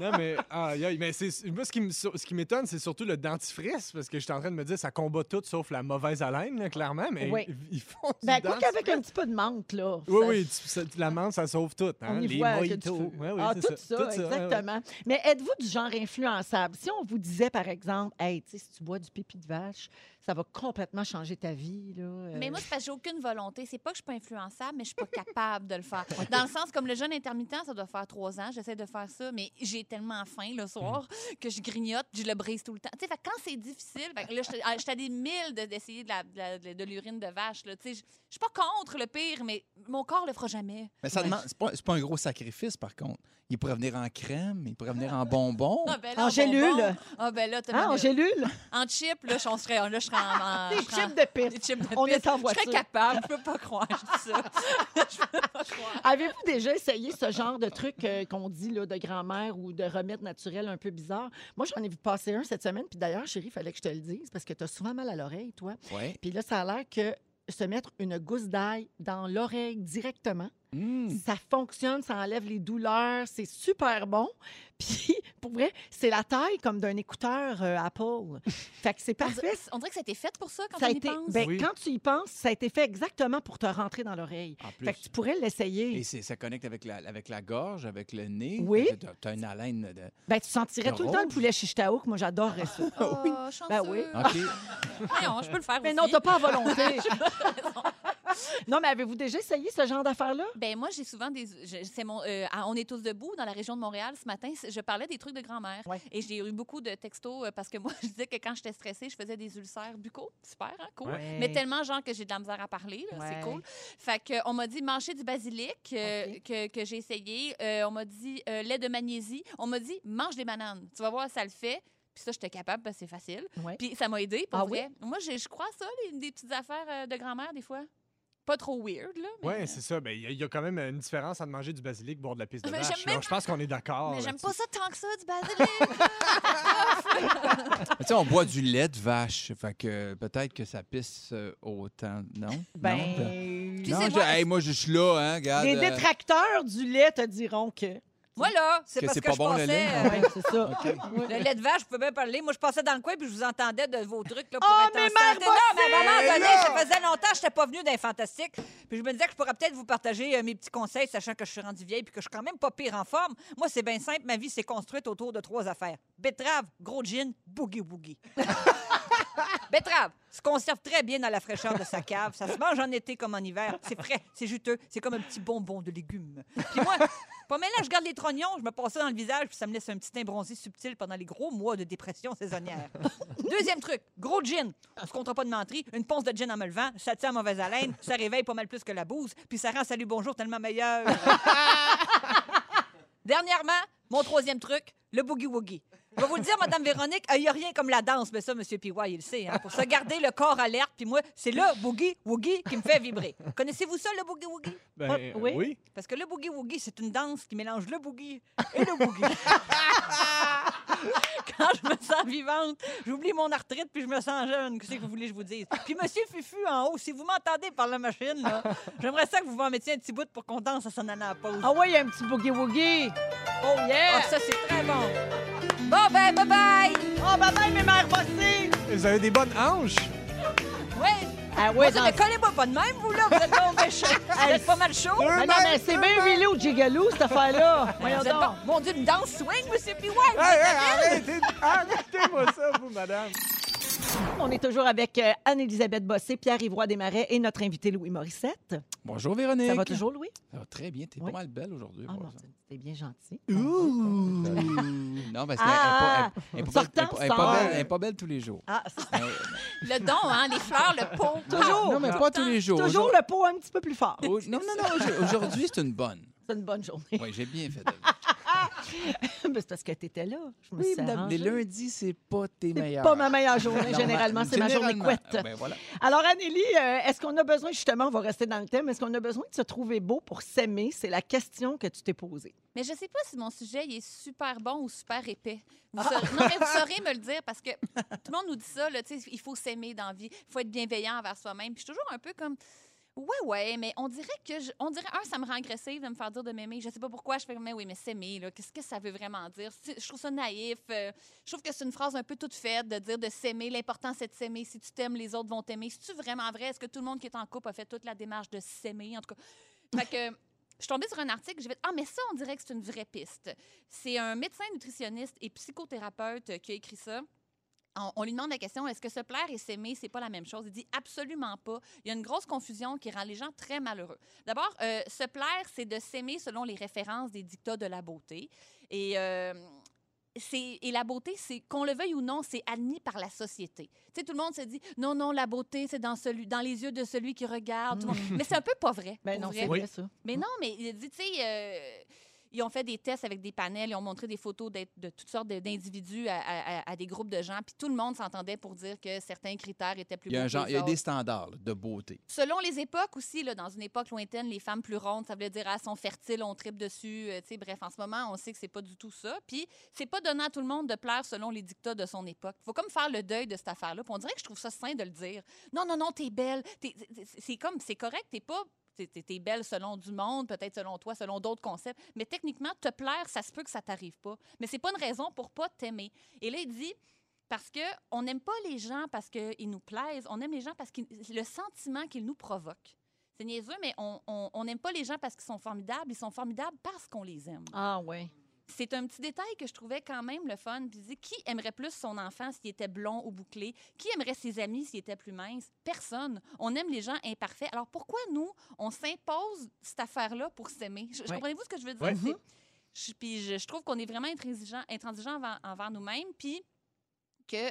Non, mais, aïe, aïe, mais c'est, moi, ce qui, me- ce qui m'étonne, c'est surtout le dentifrice, parce que j'étais en train de me dire ça combat tout sauf la mauvaise haleine, là, clairement, mais
Oui.
ils, ils font du
Ben, quoi
dentifrice.
qu'avec un petit peu de menthe, là.
Oui,
ça-
oui, tu- ça- la menthe, ça sauve tout. Hein?
On y
Les
voit que du
mojitos.
feu.
Ouais, oui,
ah,
c'est
tout ça,
Tout ouais, ouais.
exactement. Mais êtes-vous du genre influençable? Si on vous disait, par exemple, hey, tu sais, si tu bois du pipi de vache, ça va complètement changer ta vie. Là, euh,
Mais moi, c'est parce que j'ai aucune volonté. C'est pas que je suis pas influençable, mais je suis pas capable de le faire. Dans le sens, comme le jeune intermittent, ça doit faire trois ans, j'essaie de faire ça, mais j'ai tellement faim le soir
Mm.
que je grignote, je le brise tout le temps. Tu sais, fait que quand c'est difficile, fait que là, je- ah, j'étais à des mille de- d'essayer de, la- de la- de l'urine de vache. là. Tu sais, je je suis pas contre le pire, mais mon corps le fera jamais.
Mais ça demande. C'est pas, c'est pas un gros sacrifice, par contre. Il pourrait venir en crème, il pourrait venir en bonbon.
Ah, ben
En
en
gélule.
bonbon. Ah, ben là, t'as
Hein,
mis-
en gélule?
En chip, là, je on serait- là, je serais en. en-
Des
je serais en-
chips de pisse.
des chips de
On
pisse.
est en
Je
voiture.
serais capable, je peux pas croire, je dis ça. (laughs) je peux pas croire.
Avez-vous déjà essayé ce genre de truc euh, qu'on dit là, de grand-mère ou de remède naturel un peu bizarre? Moi, j'en ai vu passer un cette semaine. Puis d'ailleurs, chérie, il fallait que je te le dise parce que tu as souvent mal à l'oreille, toi.
Ouais.
Puis là, ça a l'air que se mettre une gousse d'ail dans l'oreille directement.
Hmm.
Mm.
Ça fonctionne, ça enlève les douleurs, c'est super bon. (laughs) Puis, pour vrai, c'est la taille comme d'un écouteur euh, Apple. Fait que c'est
On dirait,
parfait.
on dirait que ça a été fait pour ça quand
Ça
on
a
y
été,
pense.
ben,
Oui.
Quand tu y penses, ça a été fait exactement pour te rentrer dans l'oreille.
En plus.
Fait que tu pourrais l'essayer.
Et c'est- ça connecte avec la, avec la gorge, avec le nez.
Oui.
Tu as une haleine de.
Ben, tu sentirais
Le
tout le temps le
rose.
poulet chichitao, que moi j'adorerais
(laughs)
ça.
Oh, chanceux.
Ben oui.
OK.
Voyons, je peux le faire
Mais
aussi.
non, t'as pas à
(laughs)
volonté. non, mais avez-vous déjà essayé ce genre d'affaires-là?
Ben moi, j'ai souvent des. je- C'est mon. euh, à on est tous debout dans la région de Montréal ce matin. c- Je parlais des trucs de grand-mère
Ouais.
et j'ai eu beaucoup de textos euh, parce que moi, (laughs) je disais que quand j'étais stressée, je faisais des ulcères buccaux. Super, hein, cool. Mais tellement genre que j'ai de la misère à parler, là, c'est
Ouais.
cool. Fait que on m'a dit manger du basilic euh,
Ok.
que, que j'ai essayé. Euh, on m'a dit euh, lait de magnésie. On m'a dit mange des bananes. Tu vas voir, ça le fait. Puis ça, j'étais capable, parce que c'est facile.
Ouais.
Puis ça m'a aidé, pour
Ah
vrai. Moi, je, je crois ça, les- des petites affaires euh, de grand-mère, des fois. Pas trop weird, là. mais-
Ouais, c'est ça. Ben, Il y, a- il y a quand même une différence à de manger du basilic, boire de la piste de
Mais
vache.
j'aime
là.
même-
Je pense qu'on est d'accord.
Mais j'aime
là-dessus.
pas ça tant que ça, du (laughs) basilic.
Mais tu sais, on boit du lait de vache. Fait que peut-être que ça pisse euh, autant. Non? Non, t'as-
Ben.
Tu
non,
sais,
je-
moi-
hey, moi, je suis là, hein, regarde.
Les
euh,
détracteurs du lait te diront que.
Moi, là, c'est
Que
parce
c'est
que,
pas
je
bon, le
passais...
lait,
euh,
Ouais, c'est ça.
Le lait de vache, je peux bien parler. Moi, je passais dans le coin puis je vous entendais de vos trucs là, pour
Ah,
être
mais
en
Mère
santé. Non, Oh, mais à un moment donné,
là!
ça faisait longtemps que je n'étais pas venue d'un fantastique. Puis je me disais que je pourrais peut-être vous partager euh, mes petits conseils, sachant que je suis rendue vieille puis que je suis quand même pas pire en forme. Moi, c'est bien simple. Ma vie s'est construite autour de trois affaires. Betterave, gros gin, boogie-woogie. Betterave se conserve très bien dans la fraîcheur de sa cave. Ça se mange en été comme en hiver. C'est frais, c'est juteux, c'est comme un petit bonbon de légumes. Puis moi, pas mal là, je garde les trognons, je me passe ça dans le visage, puis ça me laisse un petit teint bronzé subtil pendant les gros mois de dépression saisonnière. Deuxième truc, gros gin. On se comptera pas de menterie. Une ponce de gin en me levant, ça tient à mauvaise haleine, ça réveille pas mal plus que la bouse, puis ça rend salut bonjour tellement meilleur. Dernièrement, mon troisième truc, le boogie-woogie. Je vais vous le dire, Madame Véronique, il n'y a rien comme la danse, mais ça, Monsieur PY, il le sait. hein, pour se garder le corps alerte, puis moi, c'est le boogie-woogie qui me fait vibrer. Connaissez-vous ça, le boogie-woogie?
Ben, euh,
oui.
oui.
Parce que le boogie-woogie, c'est une danse qui mélange le boogie et
(laughs)
le boogie. Quand je me sens vivante, j'oublie mon arthrite puis je me sens jeune. Qu'est-ce que vous voulez que je vous dise? Puis Monsieur Fufu en haut, si vous m'entendez par la machine, là, j'aimerais ça que vous m'en mettiez un petit bout pour qu'on danse à son année à la pause.
Ah ouais, il y a un petit boogie-woogie.
Oh yeah! ça, c'est très bon. Bon, ben, bye-bye!
Oh, bye bye, mes mères bossées!
Vous avez des bonnes hanches.
(laughs)
Ouais!
Ah
Moi,
ouais, dans...
ça, mais collez-moi pas de même, vous, là! Vous êtes bon méchant! Vous êtes pas mal chaud!
Mais non, mais c'est bien vilé au jigaloo, cette
(laughs)
affaire-là.
Vous
Voyons
êtes
donc.
bon. Mon Dieu, une danse swing, Monsieur P.Y.
Hey, hey, arrêtez, arrêtez-moi ça, vous, madame.
On est toujours avec euh, Anne-Élisabeth Bossé, Pierre-Yvroy Desmarais et notre invité Louis Morissette.
Bonjour, Véronique.
Ça va toujours, Louis?
Ça va très bien. T'es
Oui.
pas mal belle aujourd'hui.
Ah
moi,
mon
ça.
Dieu, t'es bien gentil.
Ouh! Non, parce qu'elle n'est
Ah!
pas, elle- elle est pas, belle-
Sortant,
elle est pas
sort.
belle- elle est pas belle tous les jours.
Ah, c'est-
Ah ouais.
Le don, hein, les fleurs, le pot. Ah,
toujours,
non, mais pas tous les jours.
toujours le pot un petit peu plus fort.
Aujourd'hui- au- Non, non, non. aujourd'hui- Aujourd'hui, c'est une bonne.
C'est une bonne journée.
Oui, j'ai bien fait.
Mais (laughs) c'est parce que t'étais là. Je me
Oui,
suis arrangée.
les lundis, c'est pas tes
C'est
meilleurs.
pas ma meilleure journée,
Normal-
généralement. C'est ma journée
généralement.
couette.
Ben voilà.
Alors, Anneli, euh, est-ce qu'on a besoin, justement, on va rester dans le thème, est-ce qu'on a besoin de se trouver beau pour s'aimer? C'est la question que tu t'es posée.
Mais je sais pas si mon sujet il est super bon ou super épais. Vous saurez- Non, mais vous saurez me le dire parce que tout le monde nous dit ça, là, tu sais, il faut s'aimer dans la vie, il faut être bienveillant envers soi-même. Puis je suis toujours un peu comme. Ouais, ouais, mais on dirait que. je- on dirait, un, ça me rend agressive de me faire dire de m'aimer. Je sais pas pourquoi. Je fais comme, mais oui, mais s'aimer, là, qu'est-ce que ça veut vraiment dire? C'est- Je trouve ça naïf. euh, je trouve que c'est une phrase un peu toute faite de dire de s'aimer. L'important, c'est de s'aimer. Si tu t'aimes, les autres vont t'aimer. C'est-tu vraiment vrai? Est-ce que tout le monde qui est en couple a fait toute la démarche de s'aimer? En tout cas. Fait que. Je suis tombée sur un article, j'ai fait Ah, mais ça, on dirait que c'est une vraie piste. C'est un médecin nutritionniste et psychothérapeute qui a écrit ça. On, on lui demande la question est-ce que se plaire et s'aimer, c'est pas la même chose Il dit absolument pas. Il y a une grosse confusion qui rend les gens très malheureux. D'abord, euh, se plaire, c'est de s'aimer selon les références des dictats de la beauté. Et. euh, c'est- et la beauté, c'est qu'on le veuille ou non, c'est admis par la société. Tu sais, tout le monde se dit non, non, la beauté, c'est dans, celui, dans les yeux de celui qui regarde. Tout le monde- Mais c'est un peu pas vrai.
Mm. Ben non,
pour vrai.
Hein?
c'est
Oui.
vrai, ça.
Mais non, mais il dit, tu sais, euh, Ils ont fait des tests avec des panels, ils ont montré des photos d'être- de toutes sortes de- d'individus à, à- à- à des groupes de gens, puis tout le monde s'entendait pour dire que certains critères étaient plus
Il y a,
beaux
un
que
genre,
les
il y a
autres.
des standards là, de beauté.
Selon les époques aussi, là, dans une époque lointaine, les femmes plus rondes, ça voulait dire ah, elles sont fertiles, on tripe dessus. euh, tu sais, bref, en ce moment, on sait que c'est pas du tout ça. Puis c'est pas donnant à tout le monde de plaire selon les dictats de son époque. Faut comme faire le deuil de cette affaire-là. Puis on dirait que je trouve ça sain de le dire. Non, non, non, t'es belle. t'es- c'est- c'est comme, c'est correct, t'es pas. t'es- T'es t'es belle selon du monde, peut-être selon toi, selon d'autres concepts. Mais techniquement, te plaire, ça se peut que ça t'arrive pas. Mais c'est pas une raison pour pas t'aimer. Et là, il dit, parce que on n'aime pas les gens parce qu'ils nous plaisent, on aime les gens parce que le sentiment qu'ils nous provoquent. C'est niaiseux, mais on- on n'aime pas les gens parce qu'ils sont formidables, ils sont formidables parce qu'on les aime.
Ah ouais.
C'est un petit détail que je trouvais quand même le fun. Puis il dit, qui aimerait plus son enfant s'il était blond ou bouclé? Qui aimerait ses amis s'il était plus mince? Personne. On aime les gens imparfaits. Alors pourquoi nous, on s'impose cette affaire-là pour s'aimer? Je, je
Ouais. Mhm.
Comprenez-vous ce que je veux dire?
Ouais.
C'est- je- puis je, je trouve qu'on est vraiment intransigeant, intransigeant envers, envers nous-mêmes. Puis que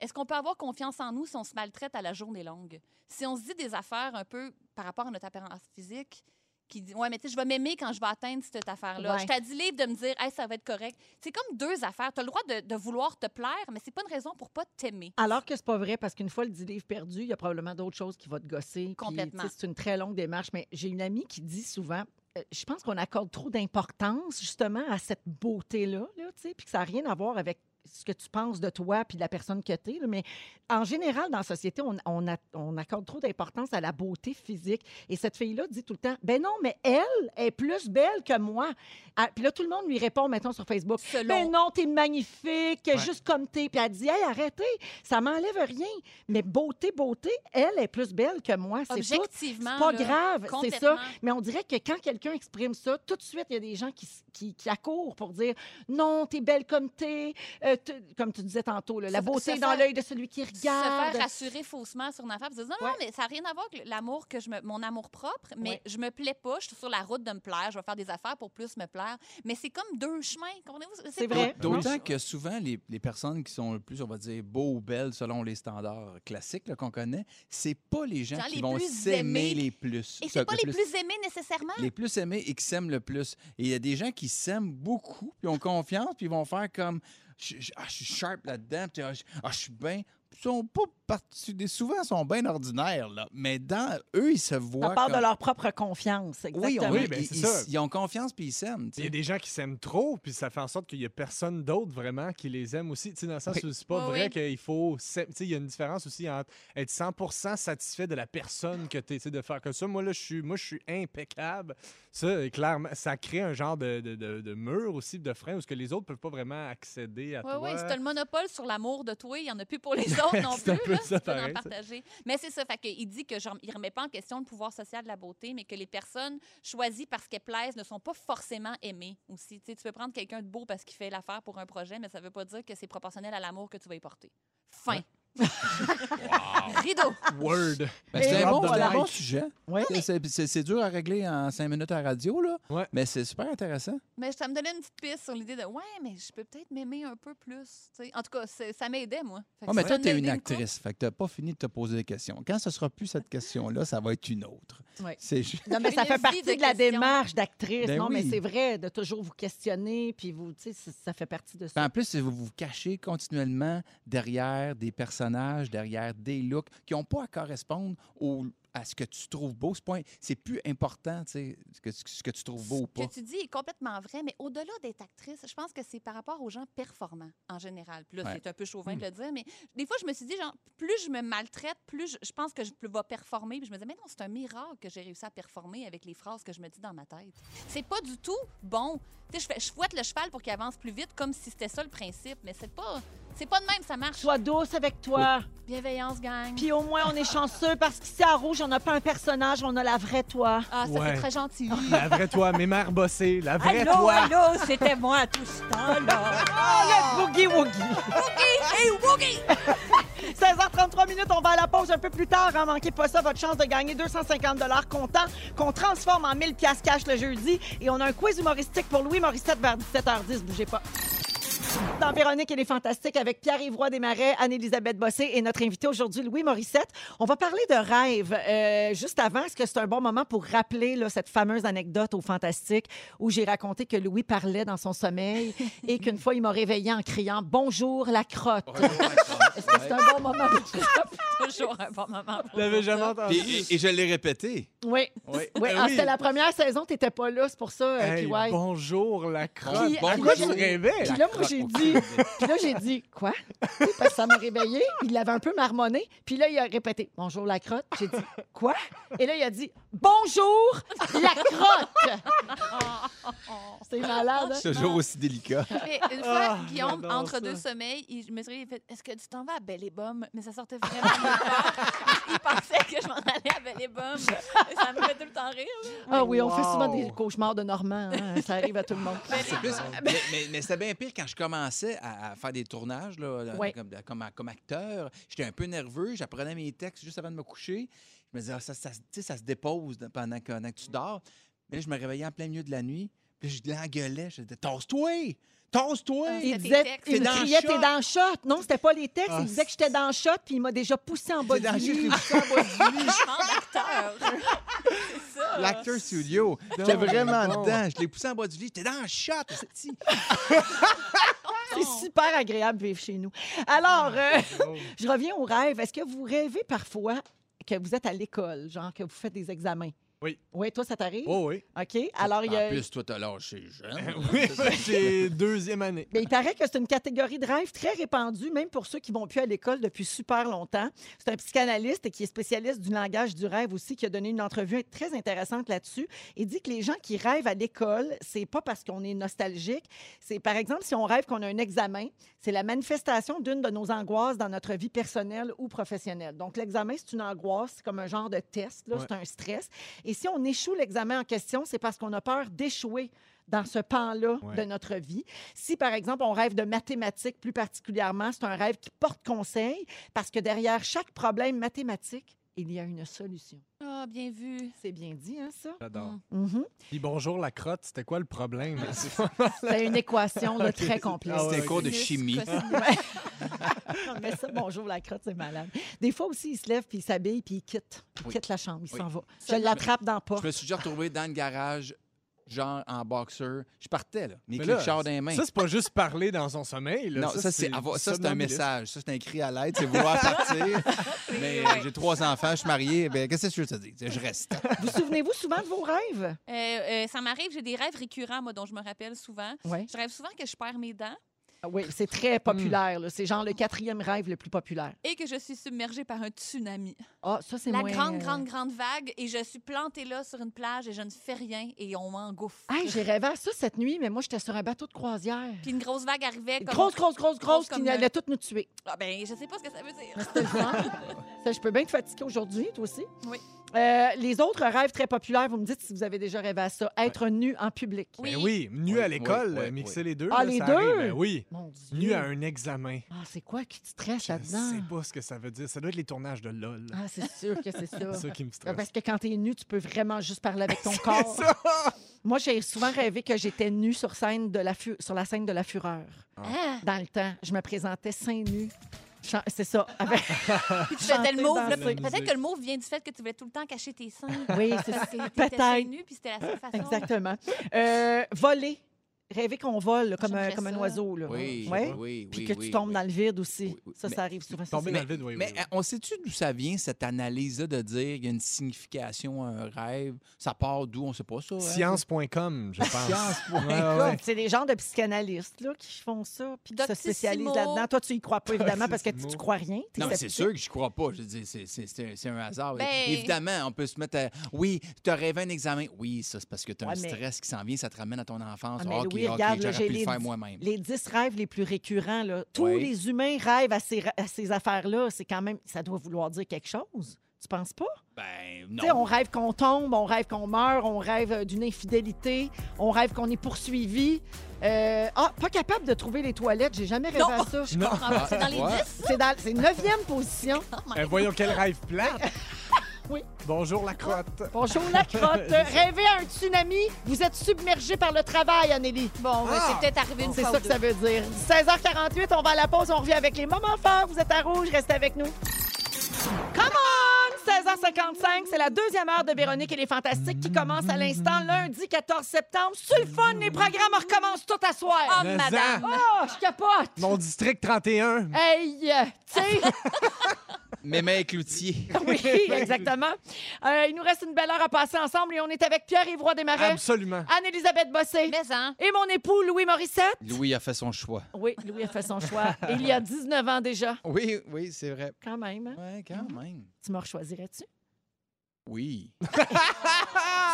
est-ce qu'on peut avoir confiance en nous si on se maltraite à la journée longue? Si on se dit des affaires un peu par rapport à notre apparence physique, qui dit, ouais, mais tu sais, je vais m'aimer quand je vais atteindre cette affaire-là.
Ouais.
Je t'ai dit libre de me dire, hey, ça va être correct. C'est comme deux affaires. Tu as le droit de, de vouloir te plaire, mais c'est pas une raison pour pas t'aimer.
Alors que c'est pas vrai, parce qu'une fois le 10 livres perdu, il y a probablement d'autres choses qui vont te gosser. puis,
Complètement.
tu sais, C'est une très longue démarche, mais j'ai une amie qui dit souvent. euh, Je pense qu'on accorde trop d'importance justement à cette beauté-là, là, tu sais, puis que ça n'a rien à voir avec ce que tu penses de toi puis de la personne que tu es. Mais en général, dans la société, on, on a- on accorde trop d'importance à la beauté physique. Et cette fille-là dit tout le temps, ben non, mais elle est plus belle que moi. Ah, puis là, tout le monde lui répond maintenant sur Facebook,
Selon.
ben non, t'es magnifique, juste comme t'es. Puis elle dit, hey, arrêtez, ça m'enlève rien. Mais beauté, beauté, elle est plus belle que moi. C'est tout.
Objectivement.
C'est pas
là,
grave, c'est
complètement.
ça. Mais on dirait que quand quelqu'un exprime ça, tout de suite, il y a des gens qui, s- qui, qui accourent pour dire non, t'es belle comme t'es. Euh, t- comme tu disais tantôt, là, la
Se-
beauté
se
est dans
faire-
l'œil de celui qui
se
regarde.
faire rassurer faussement sur une affaire. puis se dire, non, non, mais ça n'a rien à voir avec l'amour que je me, mon amour propre, mais
Ouais.
je me plais pas, je suis sur la route de me plaire, je vais faire des affaires pour plus me plaire. Mais c'est comme deux chemins, comprenez-vous?
C'est
pas-
vrai.
D'autant que souvent, les, les personnes qui sont le plus, on va dire, beaux ou belles selon les standards classiques là, qu'on connaît, c'est pas les gens
Genre
qui
les
vont
plus
s'aimer
aimés.
les plus.
Et
Ce-
c'est pas
le
les plus aimés nécessairement.
les plus aimés et qui s'aiment le plus. Et il y a des gens qui s'aiment beaucoup, puis ont confiance, puis ils vont faire comme je, je- ah, je suis sharp là-dedans, puis ah, je, ah, je suis bien. Ils sont pas parti- des- souvent ils sont bien ordinaires là, mais dans eux ils se voient
Ça part
comme
de leur propre confiance. Exactement.
oui, on-
Oui,
ils-
ben, c'est
ils,
ça.
ils ont confiance puis ils s'aiment. tu
Il y
sais.
a des gens qui s'aiment trop, puis ça fait en sorte qu'il n'y a personne d'autre vraiment qui les aime aussi. Tu sais, dans le sens où c'est pas
Oui,
vrai
oui.
qu'il faut. s'aim- Tu sais, il y a une différence aussi entre être 100 satisfait de la personne que tu es, de faire comme ça. Moi, là, je suis, moi, je suis impeccable. Ça, clairement, ça crée un genre de, de- de- de mur aussi, de frein, où ce que les autres peuvent pas vraiment accéder à
Oui,
toi.
oui, c'est le monopole sur l'amour de toi, il n'y en a plus pour les
(laughs)
autres non
C'est un
plus.
peu
là,
ça,
tu peux en
pareil, ça.
partager. Mais c'est ça, fait que il dit qu'il ne remet pas en question le pouvoir social de la beauté, mais que les personnes choisies parce qu'elles plaisent ne sont pas forcément aimées aussi. Tu sais, tu peux prendre quelqu'un de beau parce qu'il fait l'affaire pour un projet, mais ça ne veut pas dire que c'est proportionnel à l'amour que tu vas y porter. Fin. (laughs) Rideau.
Word.
Ben, c'est
Et
un, bon,
voilà.
c'est un bon sujet.
Ouais.
C'est- C'est c'est- c'est dur à régler en cinq minutes à la radio là,
Ouais.
mais c'est super intéressant.
Mais ça me donnait une petite piste sur l'idée de ouais, mais je peux peut-être m'aimer un peu plus. tu sais. En tout cas, c'est- ça m'aidait, moi. Fait que
Ah, mais
ça
toi
m'a
tu es
aidé
une
couple.
actrice, fait que t'as pas fini de te poser des questions. Quand ce sera plus cette question là, ça va être une autre.
Ouais.
C'est ju-
Non, mais ça
Une
fait
vie
partie
de
de, la
questions.
démarche d'actrice.
Ben
non, mais
oui.
c'est vrai, de toujours vous questionner, puis vous, tu sais, ça- ça fait partie de
Puis
ça.
en plus, vous vous cachez continuellement derrière des personnages, derrière des looks qui n'ont pas à correspondre au- à ce que tu trouves beau. Ce point, c'est plus important, tu sais, ce que, ce que tu trouves beau ou
Ce
pas.
que tu dis est complètement vrai, mais au-delà d'être actrice, je pense que c'est par rapport aux gens performants en général. Puis là,
Ouais. Hmm.
c'est un peu chauvin de le dire, mais des fois, je me suis dit, genre, plus je me maltraite, plus je, je pense que je vais performer. Puis je me disais, mais non, c'est un miracle que j'ai réussi à performer avec les phrases que je me dis dans ma tête. C'est pas du tout bon. Tu sais, je, fais- je fouette le cheval pour qu'il avance plus vite, comme si c'était ça le principe, mais c'est pas, c'est pas de même, ça marche.
Sois douce avec toi.
Bienveillance, gang.
Puis au moins, on est chanceux parce qu'ici, à Rouge, on n'a pas un personnage, on a la vraie toi.
Ah, ça,
Ouais.
c'est très gentil.
(laughs) La vraie toi, mes mères bossées, la vraie
Allô,
hein?
toi.
allô, c'était moi tout ce temps-là.
Oh, le boogie woogie!
Hey, Woogie! (laughs)
16h33 minutes, on va à la pause un peu plus tard. Hein, manquez pas ça, votre chance de gagner 250 dollars comptant qu'on transforme en 1000 pièces cash le jeudi. Et on a un quiz humoristique pour Louis Morissette vers 17h10. Bougez pas. Dans Véronique et les Fantastiques avec Pierre-Yves Roy Desmarais, Anne-Élisabeth Bossé et notre invité aujourd'hui, Louis Morissette. On va parler de rêve. Euh, juste avant, est-ce que c'est un bon moment pour rappeler là, cette fameuse anecdote au Fantastique où j'ai raconté que Louis parlait dans son sommeil et qu'une fois, il m'a réveillé en criant « Bonjour, la crotte Est-ce que c'est un bon moment pour...
Toujours un bon moment.
Je l'avais jamais entendu.
Puis- et, et je l'ai répété.
Oui.
Oui.
(laughs) Oui,
Ben
ah,
oui.
c'était la première saison, t'étais pas là, c'est pour ça, euh,
Hey,
puis ouais.
Bonjour, la crotte.
Ah,
Puis-
Bon,
puis
quoi,
là,
tu
j'ai-
rêvais?
Puis là, moi, j'ai dit, puis là, j'ai dit,
(laughs)
quoi? Parce que ça m'a réveillée. Il l'avait un peu marmonné. Puis là, il a répété, bonjour la crotte. J'ai dit, quoi? Et là, il a dit, bonjour la crotte. C'est malade. hein?
C'est toujours aussi délicat.
Mais une fois,
Ah,
Guillaume,
j'adore
entre
ça.
deux sommeils, il je me suis réveillée, il fait Est-ce que tu t'en vas à Belle et Bomme Mais ça sortait vraiment de nulle part. (laughs) Il pensait que je m'en allais à Belle et Bomme. Ça me fait tout le temps rire. là.
Ah oui, on fait souvent
Wow.
des cauchemars de Normand. hein. Ça arrive à tout le
(laughs)
monde.
C'est plus- mais mais- mais c'était bien pire quand je commençais à, à faire des tournages là, là,
Ouais.
comme, comme- comme acteur. J'étais un peu nerveux, j'apprenais mes textes juste avant de me coucher. Je me disais, Ah, ça, ça, tu sais, ça se dépose pendant que, pendant que tu dors. Mais là, je me réveillais en plein milieu de la nuit, puis je l'engueulais. Je disais, tosse-toi! Tosse-toi!
C'était
Il
tes
disait,
textes.
il me
T'es dans
criait,
le
t'es
shot.
dans le shot. Non, c'était pas les textes.
Ah,
il disait que j'étais dans le shot, puis il m'a déjà poussé en bas
Dans-
du
je l'ai
lit.
poussé en bas du lit.
Genre d'acteur. (laughs) C'est ça.
L'acteur studio. J'étais vraiment dedans. Je l'ai poussé en bas du lit. J'étais dans le shot. esti.
Ah,
C'est
Oh.
super agréable de vivre chez nous. Alors, euh, (laughs) je reviens au rêve. Est-ce que vous rêvez parfois que vous êtes à l'école, genre que vous faites des examens?
Oui.
Oui, toi, ça t'arrive?
Oh oui.
OK. Alors, il y
En
a...
plus, toi, t'as lâché (laughs) jeune.
Oui, j'ai deuxième année.
Mais Ben, il paraît que c'est une catégorie de rêve très répandue, même pour ceux qui vont plus à l'école depuis super longtemps. C'est un psychanalyste qui est spécialiste du langage du rêve aussi, qui a donné une entrevue très intéressante là-dessus. Il dit que les gens qui rêvent à l'école, c'est pas parce qu'on est nostalgique. C'est, par exemple, si on rêve qu'on a un examen, c'est la manifestation d'une de nos angoisses dans notre vie personnelle ou professionnelle. Donc, l'examen, c'est une angoisse, c'est comme un genre de test, là,
Ouais.
c'est un stress. Et si on échoue l'examen en question, c'est parce qu'on a peur d'échouer dans ce pan-là
Ouais.
de notre vie. Si, par exemple, on rêve de mathématiques plus particulièrement, c'est un rêve qui porte conseil parce que derrière chaque problème mathématique, il y a une solution.
Ah, bien vu.
C'est bien dit, hein, ça?
J'adore.
Mhm.
Puis bonjour, la crotte, c'était quoi le problème?
C'est une équation là, très complexe.
Ah ouais,
C'était un
(laughs) ok.
cours de
Sinus
chimie.
cosinus.
(laughs) Mais ça, bonjour, la crotte, c'est malade. Des fois aussi, il se lève, puis il s'habille, puis il quitte. Il
Oui.
quitte la chambre, il
Oui.
s'en va. Je
Ça, je
l'attrape dans le pas.
Je me suis déjà retrouvé dans le garage, genre en boxeur. Je partais, là. Mes
Mais
clés
là,
de char dans les mains.
Ça, c'est pas juste parler dans son sommeil. Là.
non, ça, c'est avoir- ça, c'est un
somnambulisme.
message. Ça, c'est un cri à l'aide. C'est vouloir partir. Mais euh, j'ai trois enfants, je suis marié. Ben, qu'est-ce que tu veux que je te dise? Je reste.
Vous souvenez-vous souvent de vos rêves?
Euh, euh, ça m'arrive, j'ai des rêves récurrents, moi, dont je me rappelle souvent.
Ouais.
Je rêve souvent que je perds mes dents
Ah Oui, c'est très populaire.
Mm.
là. C'est genre le quatrième rêve le plus populaire.
et que je suis submergée par un tsunami.
Ah, ça, c'est
La
moins,
grande,
euh,
grande, grande vague et je suis plantée là sur une plage et je ne fais rien et on m'engouffre.
Hey, j'ai rêvé à ça cette nuit, mais moi, j'étais sur un bateau de croisière.
Puis une grosse vague arrivait. Comme...
Grosse, grosse, grosse, grosse,
Grosse
qui
comme
allait
le-
toutes nous
(laughs)
tuer.
Ah, ben, je sais pas ce que ça veut dire.
C'était le fun. Ça, je peux bien te fatiguer aujourd'hui, toi aussi.
Oui.
Euh, les autres rêves très populaires, vous me dites si vous avez déjà rêvé à ça. Être nu en public.
Ben oui, nu
Oui,
à l'école,
oui, oui,
mixer
oui.
les deux.
Ah,
là,
les
ça
deux?
arrive. Ben oui,
Mon Dieu.
nu à un examen.
Ah, c'est quoi qui te stresse
Je sais
là-dedans?
pas ce que ça veut dire. Ça doit être les tournages de LOL.
Ah, c'est sûr que
(laughs)
c'est
C'est
ça.
ça qui me
Ah,
stresse.
Parce que quand t'es nu, tu peux vraiment juste parler
(laughs)
avec ton corps. Moi, j'ai souvent rêvé que j'étais nue sur, scène de la fu- sur la scène de la fureur.
Ah,
Dans le temps, je me présentais seins nus. Chan- C'est
(laughs)
ça. avec-
puis tu faisais le mauve. là.
danser.
Peut-être que le mauve vient du fait que tu voulais tout le temps cacher tes seins.
Oui, c'est ça.
Parce que t'étais seins
Peut-être.
nus, puis c'était la seule façon.
Exactement. Euh, voler. Rêver qu'on vole là, comme, un,
J'aimerais
comme un
ça.
oiseau. Là.
(laughs) Oui,
Ouais.
oui, oui.
Puis que tu tombes dans le vide aussi.
Oui, oui.
Ça, ça
Mais-
arrive souvent. ça,
Tomber
c'est-
dans le vide, oui.
Mais
oui,
euh, on sait-tu d'où ça vient, cette analyse-là de dire qu'il y a une signification à un rêve? Ça part d'où? On sait pas ça. hein?
oui. Science.com, je pense.
Science.com.
Ouais, ouais, ouais.
C'est des genres de psychanalystes là, qui font ça, puis qui se
Doctissimo.
spécialisent là-dedans. Toi, tu y crois
(laughs)
pas, évidemment, parce que tu, tu crois rien. t'es
Non, mais c'est
sceptique.
sûr que je crois pas. Je dis, c'est, c'est- c'est un, c'est un hasard.
Ben-
Évidemment, on peut se mettre à. Oui, tu as rêvé un examen. Oui, ça, c'est parce que tu as
Ouais,
un
mais-
stress qui s'en vient, ça te ramène à ton enfance.
Ah, mais
ok,
Louis,
ok,
regarde, là, j'ai
j'aurais pu
les
le faire
dix-
moi-même.
Les 10 rêves les plus récurrents, là. tous
Oui.
les humains rêvent à ces, ra- à ces affaires-là. C'est quand même, ça doit vouloir dire quelque chose. Tu penses pas?
Ben,
Tu sais, on
non.
rêve qu'on tombe, on rêve qu'on meurt, on rêve euh, d'une infidélité, on rêve qu'on est poursuivi. Euh, ah, pas capable de trouver les toilettes, j'ai jamais rêvé
Non.
à ça.
Je comprends pas. C'est dans les
Ouais.
10.
Eh,
C'est dans- c'est neuvième position. (laughs)
Euh, voyons quel rêve plat. Bonjour la crotte.
Bonjour la crotte. Rêvez à un tsunami, vous êtes submergé par le travail, Anneli.
Bon, ben,
Ah!
c'est peut-être arrivé une
C'est
fois
ça
ou
que
deux.
ça veut dire. 16h48, on va à la pause, on revient avec les moments forts. Vous êtes à rouge, restez avec nous. Come on! 16h55, c'est la deuxième heure de Véronique et les Fantastiques qui commence à l'instant lundi 14 septembre. C'est le fun, les programmes recommencent tout à soir.
Ah,
Mais hein!
madame.
Oh, je capote!
Mon district 31.
Hey, euh, tu sais,
Mémé Cloutier.
(laughs) oui, exactement. Euh, il nous reste une belle heure à passer ensemble et on est avec Pierre Yvroy Desmarais,
Absolument.
Anne-Élisabeth Bossé
Mais hein.
et mon époux Louis Morissette.
(laughs) Louis a fait son choix.
Oui, Louis a fait son choix. (laughs) Il y a 19 ans déjà,
Oui, oui, c'est vrai.
quand même. hein.
Ouais, quand même.
Tu me rechoisirais-tu?
Oui.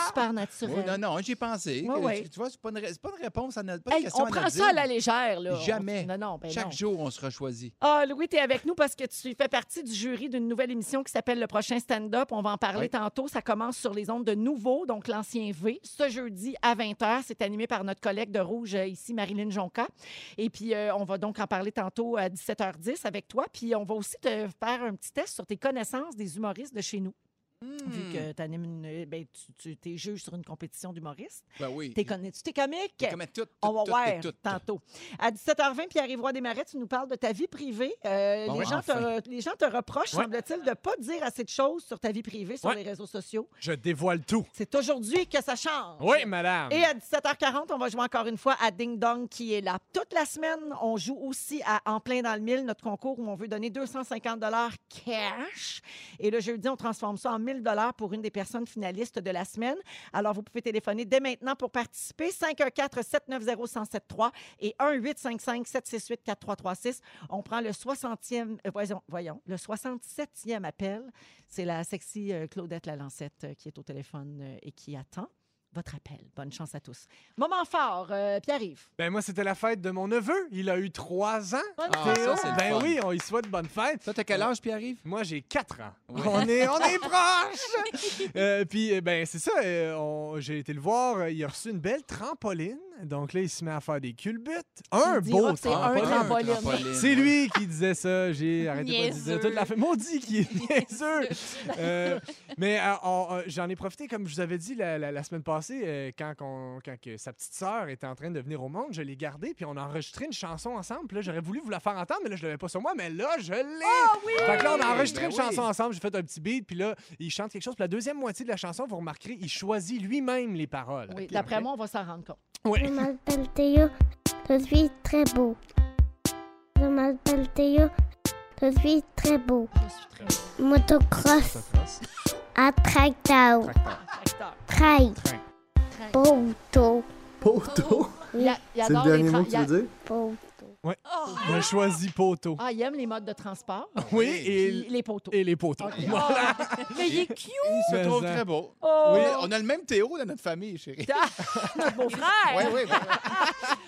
Super naturel.
Oui, Oh, non, non, j'y ai pensé.
Ouais,
Que-
ouais.
Tu, tu vois, c'est pas, une ré- c'est pas une réponse à notre. Pas une
Hey,
question
on prend
anodine.
ça à la légère, là.
Jamais.
On- Non, non, ben
Chaque
non.
jour, on sera choisi.
Ah, Louis, t'es avec nous parce que tu fais partie du jury d'une nouvelle émission qui s'appelle Le Prochain Stand-Up. On va en parler
Oui.
tantôt. Ça commence sur les ondes de Nouveau, donc l'ancien V, ce jeudi à 20h. C'est animé par notre collègue de Rouge euh, ici, Marilyn Jonca. Et puis, euh, on va donc en parler tantôt à 17h10 avec toi. Puis, on va aussi te faire un petit test sur tes connaissances des humoristes de chez nous.
Hmm.
Vu que t'animes une- ben, tu, tu t'es juge sur une compétition d'humoristes.
Ben oui.
T'es connais-tu tes comiques?
T'es comme tout, tout,
On va
tout,
voir
tout, tout.
tantôt. À 17h20, Pierre-Yvois Desmarais, tu nous parles de ta vie privée. Euh,
Bon,
les, gens te,
enfin.
re- les gens te reprochent,
Ouais.
semble-t-il, de ne pas dire assez de choses sur ta vie privée sur
Ouais.
les réseaux sociaux.
Je dévoile tout.
C'est aujourd'hui que ça change.
Oui, madame.
Et à 17h40, on va jouer encore une fois à Ding Dong qui est là. Toute la semaine, on joue aussi à En plein dans le mille, notre concours où on veut donner 250 dollars cash. Et le jeudi, on transforme ça en 1000 dollars pour une des personnes finalistes de la semaine. Alors, vous pouvez téléphoner dès maintenant pour participer. 514-790-1073 et 1-855-768-4336. On prend le 60e, euh, voyons, voyons, le 67e appel. C'est la sexy euh, Claudette Lalancette euh, qui est au téléphone euh, et qui attend votre appel. Bonne chance à tous. Moment fort, euh, Pierre-Yves.
Ben moi, c'était la fête de mon neveu. Il a eu trois ans.
Ah,
Théo.
ça, c'est le
ben
fun.
oui, on lui souhaite bonne fête.
Toi, t'as quel âge, Pierre-Yves?
Moi, j'ai quatre ans.
Oui.
On est,
(laughs)
on est proche. puis, eh ben, c'est ça. euh, on- j'ai été le voir. euh, Il a reçu une belle trampoline. Donc là, il se met à faire des culbutes.
diras
Un beau
que c'est
Ah,
un
trampoline.
trampoline.
C'est lui qui disait ça. J'ai arrêté pas de
Niaiseux.
dire toute la fin. Maudit
(laughs)
qui est niaiseux. Euh, mais euh, on- euh, j'en ai profité, comme je vous avais dit la, la- la semaine passée, euh, quand, qu'on- quand que sa petite sœur était en train de venir au monde, je l'ai gardée, puis on a enregistré une chanson ensemble. Puis là, j'aurais voulu vous la faire entendre, mais là, je l'avais pas sur moi, mais là, je l'ai.
Ah!
Ah Fait que là, on a enregistré
Ben
une
oui.
chanson ensemble, j'ai fait un petit beat, puis là, il chante quelque chose. Puis la deuxième moitié de la chanson, vous remarquerez, il choisit lui-même les paroles.
Oui,
Ok,
d'après
ok?
moi, on va s'en rendre compte.
Oui.
Je m'appelle Théo, je suis très beau. Je m'appelle Théo, je suis très beau.
Je suis très
Motocross, à Ah, tracteur,
acteur.
trail,
Trail.
poteau,
Poteau?
Il, a- il
C'est
adore
le
les
dernier
tra-
mot que
il
tu
a-
veux dire?
poteau.
Il a choisi poteau.
Ah, il aime les modes de transport.
Ah,
Oui,
puis
et,
les poteaux.
et les poteaux.
Ah, mais il est cute.
Il se
Mais
trouve
ça.
très beau.
Oh,
Oui, on a le même Théo dans notre
(laughs)
famille, chérie.
notre beau-frère.
Oui, ben, oui.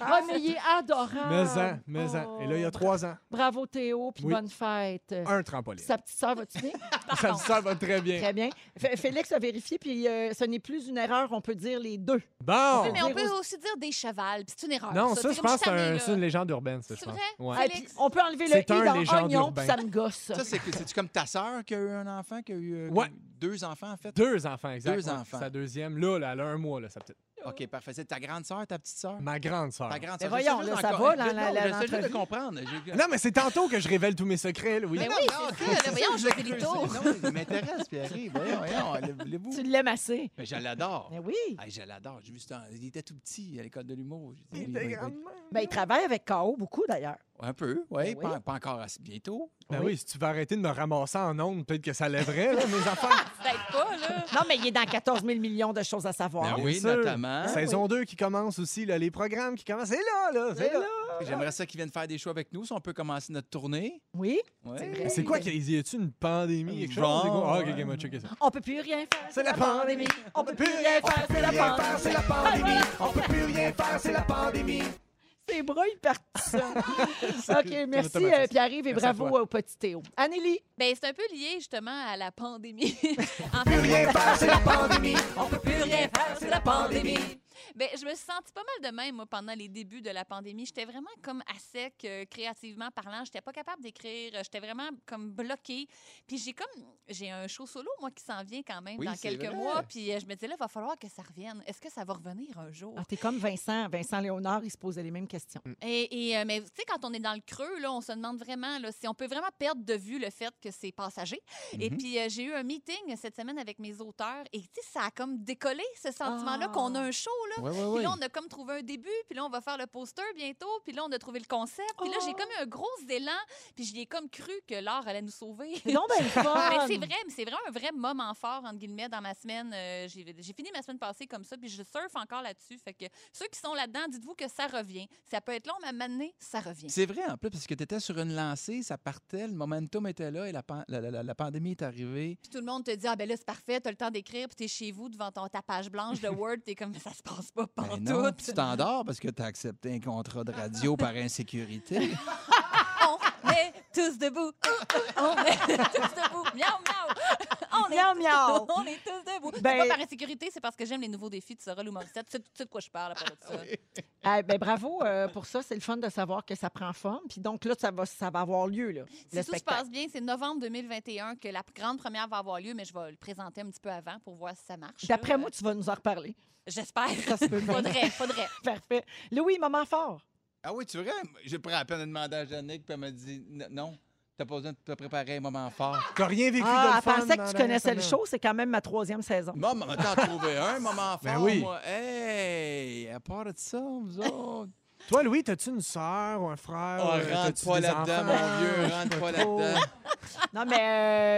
Ah, mais il est adorable. Oh.
Mais en, mais en. Et là,
Ah.
il y a trois ans,
Bravo, Théo, puis
Oui.
bonne fête.
un trampoline.
Sa petite sœur, va-tu venir?
(laughs) Ça, ça va très bien.
Très bien. F- Félix a vérifié, puis euh, ce n'est plus une erreur, on peut dire les deux.
Bon!
Oui, mais on peut aussi dire des chevals, puis c'est une erreur.
Non, ça,
Ah, C'est
je
comme
pense que c'est
cette
un-
année-là.
c'est une légende urbaine, ça, je
C'est
pense.
vrai?
Ouais.
Ah,
Félix.
puis on peut enlever le i
C'est un
dans
légende
oignon,
urbain.
puis ça me gosse.
Ça, c'est c'est-tu comme ta sœur qui a eu un enfant, qui a eu euh,
Ouais.
deux enfants, en fait?
Deux enfants, exact.
Deux
ouais.
enfants.
Sa deuxième, là, là, elle a un mois, là, sa petite.
OK, parfait. C'est ta grande sœur, ta petite sœur?
Ma grande sœur.
Ta grande
Mais
sœur.
voyons,
J'essaie
là, ça
encore-
va, la-
Je-
la-
non,
la-
j'essaie juste de
l'entrevue.
comprendre. J'ai-
Non, mais c'est tantôt que je révèle tous mes secrets, oui.
Ben
Mais oui, c'est ça. là, voyons, je
(laughs)
fais les
Non,
tours.
il m'intéresse, (laughs) Pierre-Yves. Voyons, voyons, lève-vous.
Tu l'aimes assez.
Mais je l'adore.
Mais
Ben
oui.
Ah, je l'adore. J'ai vu ce temps- Il était tout petit à l'école de l'humour. J'ai dit,
Il
il va-
était
il va-
grand.
Ben, il travaille avec K.O. beaucoup, d'ailleurs.
Un peu, oui.
Ben oui.
Pas, pas encore assez bientôt.
Ben oui, si tu veux arrêter de me ramasser en ondes, peut-être que ça lèverait, là, mes affaires.
Peut-être pas, là.
Non, mais il est dans 14 000 millions de choses à
Ben
savoir.
oui,
Bien sûr.
notamment.
Saison 2 qui commence aussi, là, les programmes qui commencent. C'est là, là, c'est là.
J'aimerais ça qu'ils viennent faire des shows avec nous si on peut commencer notre tournée.
Oui,
Ouais.
c'est vrai.
Ben, C'est quoi, qu'il y a- y a-tu une pandémie, quelque chose?
Genre,
C'est quoi? Ah, ok,
ouais.
ok, moi, checker ça.
On peut plus rien faire.
C'est la pandémie.
On peut plus rien faire. C'est la pandémie. Ben
la pandémie. On peut plus rien faire, c'est la pandémie.
C'est brouille
(laughs)
partout. OK, merci,
automatisme.
euh, Pierre-Yves, et
Merci à
bravo
toi.
euh, au petit Théo. Anneli,
Ben, c'est un peu lié, justement, à
(laughs)
la pandémie. en fait, (laughs)
Rien faire, c'est la pandémie.
on peut plus rien faire, c'est la pandémie. Ben, je me suis sentie pas mal de même, moi, pendant les débuts de la pandémie. J'étais vraiment comme à sec, euh, créativement parlant. J'étais pas capable d'écrire. Euh, J'étais vraiment comme bloquée. Puis j'ai comme... J'ai un show solo, moi, qui s'en vient quand même
Oui,
dans
c'est
quelques
vrai.
mois. Puis euh, je me disais, là, va falloir que ça revienne. Est-ce que ça va revenir un jour?
Ah, t'es comme Vincent. Vincent Léonard, il se posait les mêmes questions.
Et, et, euh, mais tu sais, quand on est dans le creux, là, on se demande vraiment là, si on peut vraiment perdre de vue le fait que c'est passager. Et
Mhm.
puis, euh, j'ai eu un meeting cette semaine avec mes auteurs et tu sais, ça a comme décollé ce sentiment-là
Ah.
qu'on a un show. Là.
Oui, oui,
Puis
oui.
là, on a comme trouvé un début, puis là, on va faire le poster bientôt, puis là, on a trouvé le concept. Puis là, j'ai comme eu un gros élan, puis j'y ai comme cru que l'art allait nous sauver.
C'est donc (laughs) ben le fun!
Mais c'est vrai, mais c'est vraiment un vrai moment fort, entre guillemets, dans ma semaine. Euh, j'ai j'ai fini ma semaine passée comme ça, puis je surfe encore là-dessus. Fait que ceux qui sont là-dedans, dites-vous que ça revient. Ça peut être long, mais à un moment donné, ça revient.
C'est vrai, en plus, parce que tu étais sur une lancée, ça partait, le momentum était là et la, pan- la- la- la- la pandémie est arrivée.
Puis tout le monde te dit, ah ben là, c'est parfait, t'as le temps d'écrire, puis t'es chez vous devant ton tapage blanche de Word, t'es comme, ça se passe pas
Ben
pantoute.
non, puis tu t'endors parce que tu as accepté un contrat de radio par insécurité.
On est tous debout. (laughs) On est tous debout. Miaou, miaou. (laughs) On est,
Miaou, miaou.
(laughs) on est tous debout.
Ben-
C'est pas par insécurité, c'est parce que j'aime les nouveaux défis de Sorel ou Morissette. Tu sais tu sais de quoi je parle à propos de ça.
Eh ben, bravo euh, pour ça. C'est le fun de savoir que ça prend forme. Puis donc là, ça va, ça va avoir lieu, là, le
Si tout se
spectacle.
passe bien, c'est novembre 2021 que la grande première va avoir lieu, mais je vais le présenter un petit peu avant pour voir si ça marche.
D'après
là. Euh,
moi, tu vas nous en reparler. (laughs)
J'espère.
Ça se peut bien.
faudrait, faudrait.
Parfait. Louis, moment fort.
ah oui, tu verrais, j'ai pris la peine de demander à Jannick, puis elle m'a dit n- non, t'as pas besoin de te préparer un moment fort.
T'as rien vécu
Ah,
de
elle
le fun
pensait
dans
que tu
la
connaissais le
semaine.
show. C'est quand même ma troisième
(laughs)
saison.
Bon, mais t'en trouvé un moment fort,
Ben oui.
moi. Hey, à part de ça, vous
(laughs)
autres.
Toi, Louis, t'as-tu une sœur ou un frère?
Oh,
euh,
rentre
Oh, t'as-tu
pas
des
là-dedans,
enfants?
mon vieux, rentre pas là-dedans.
Non, mais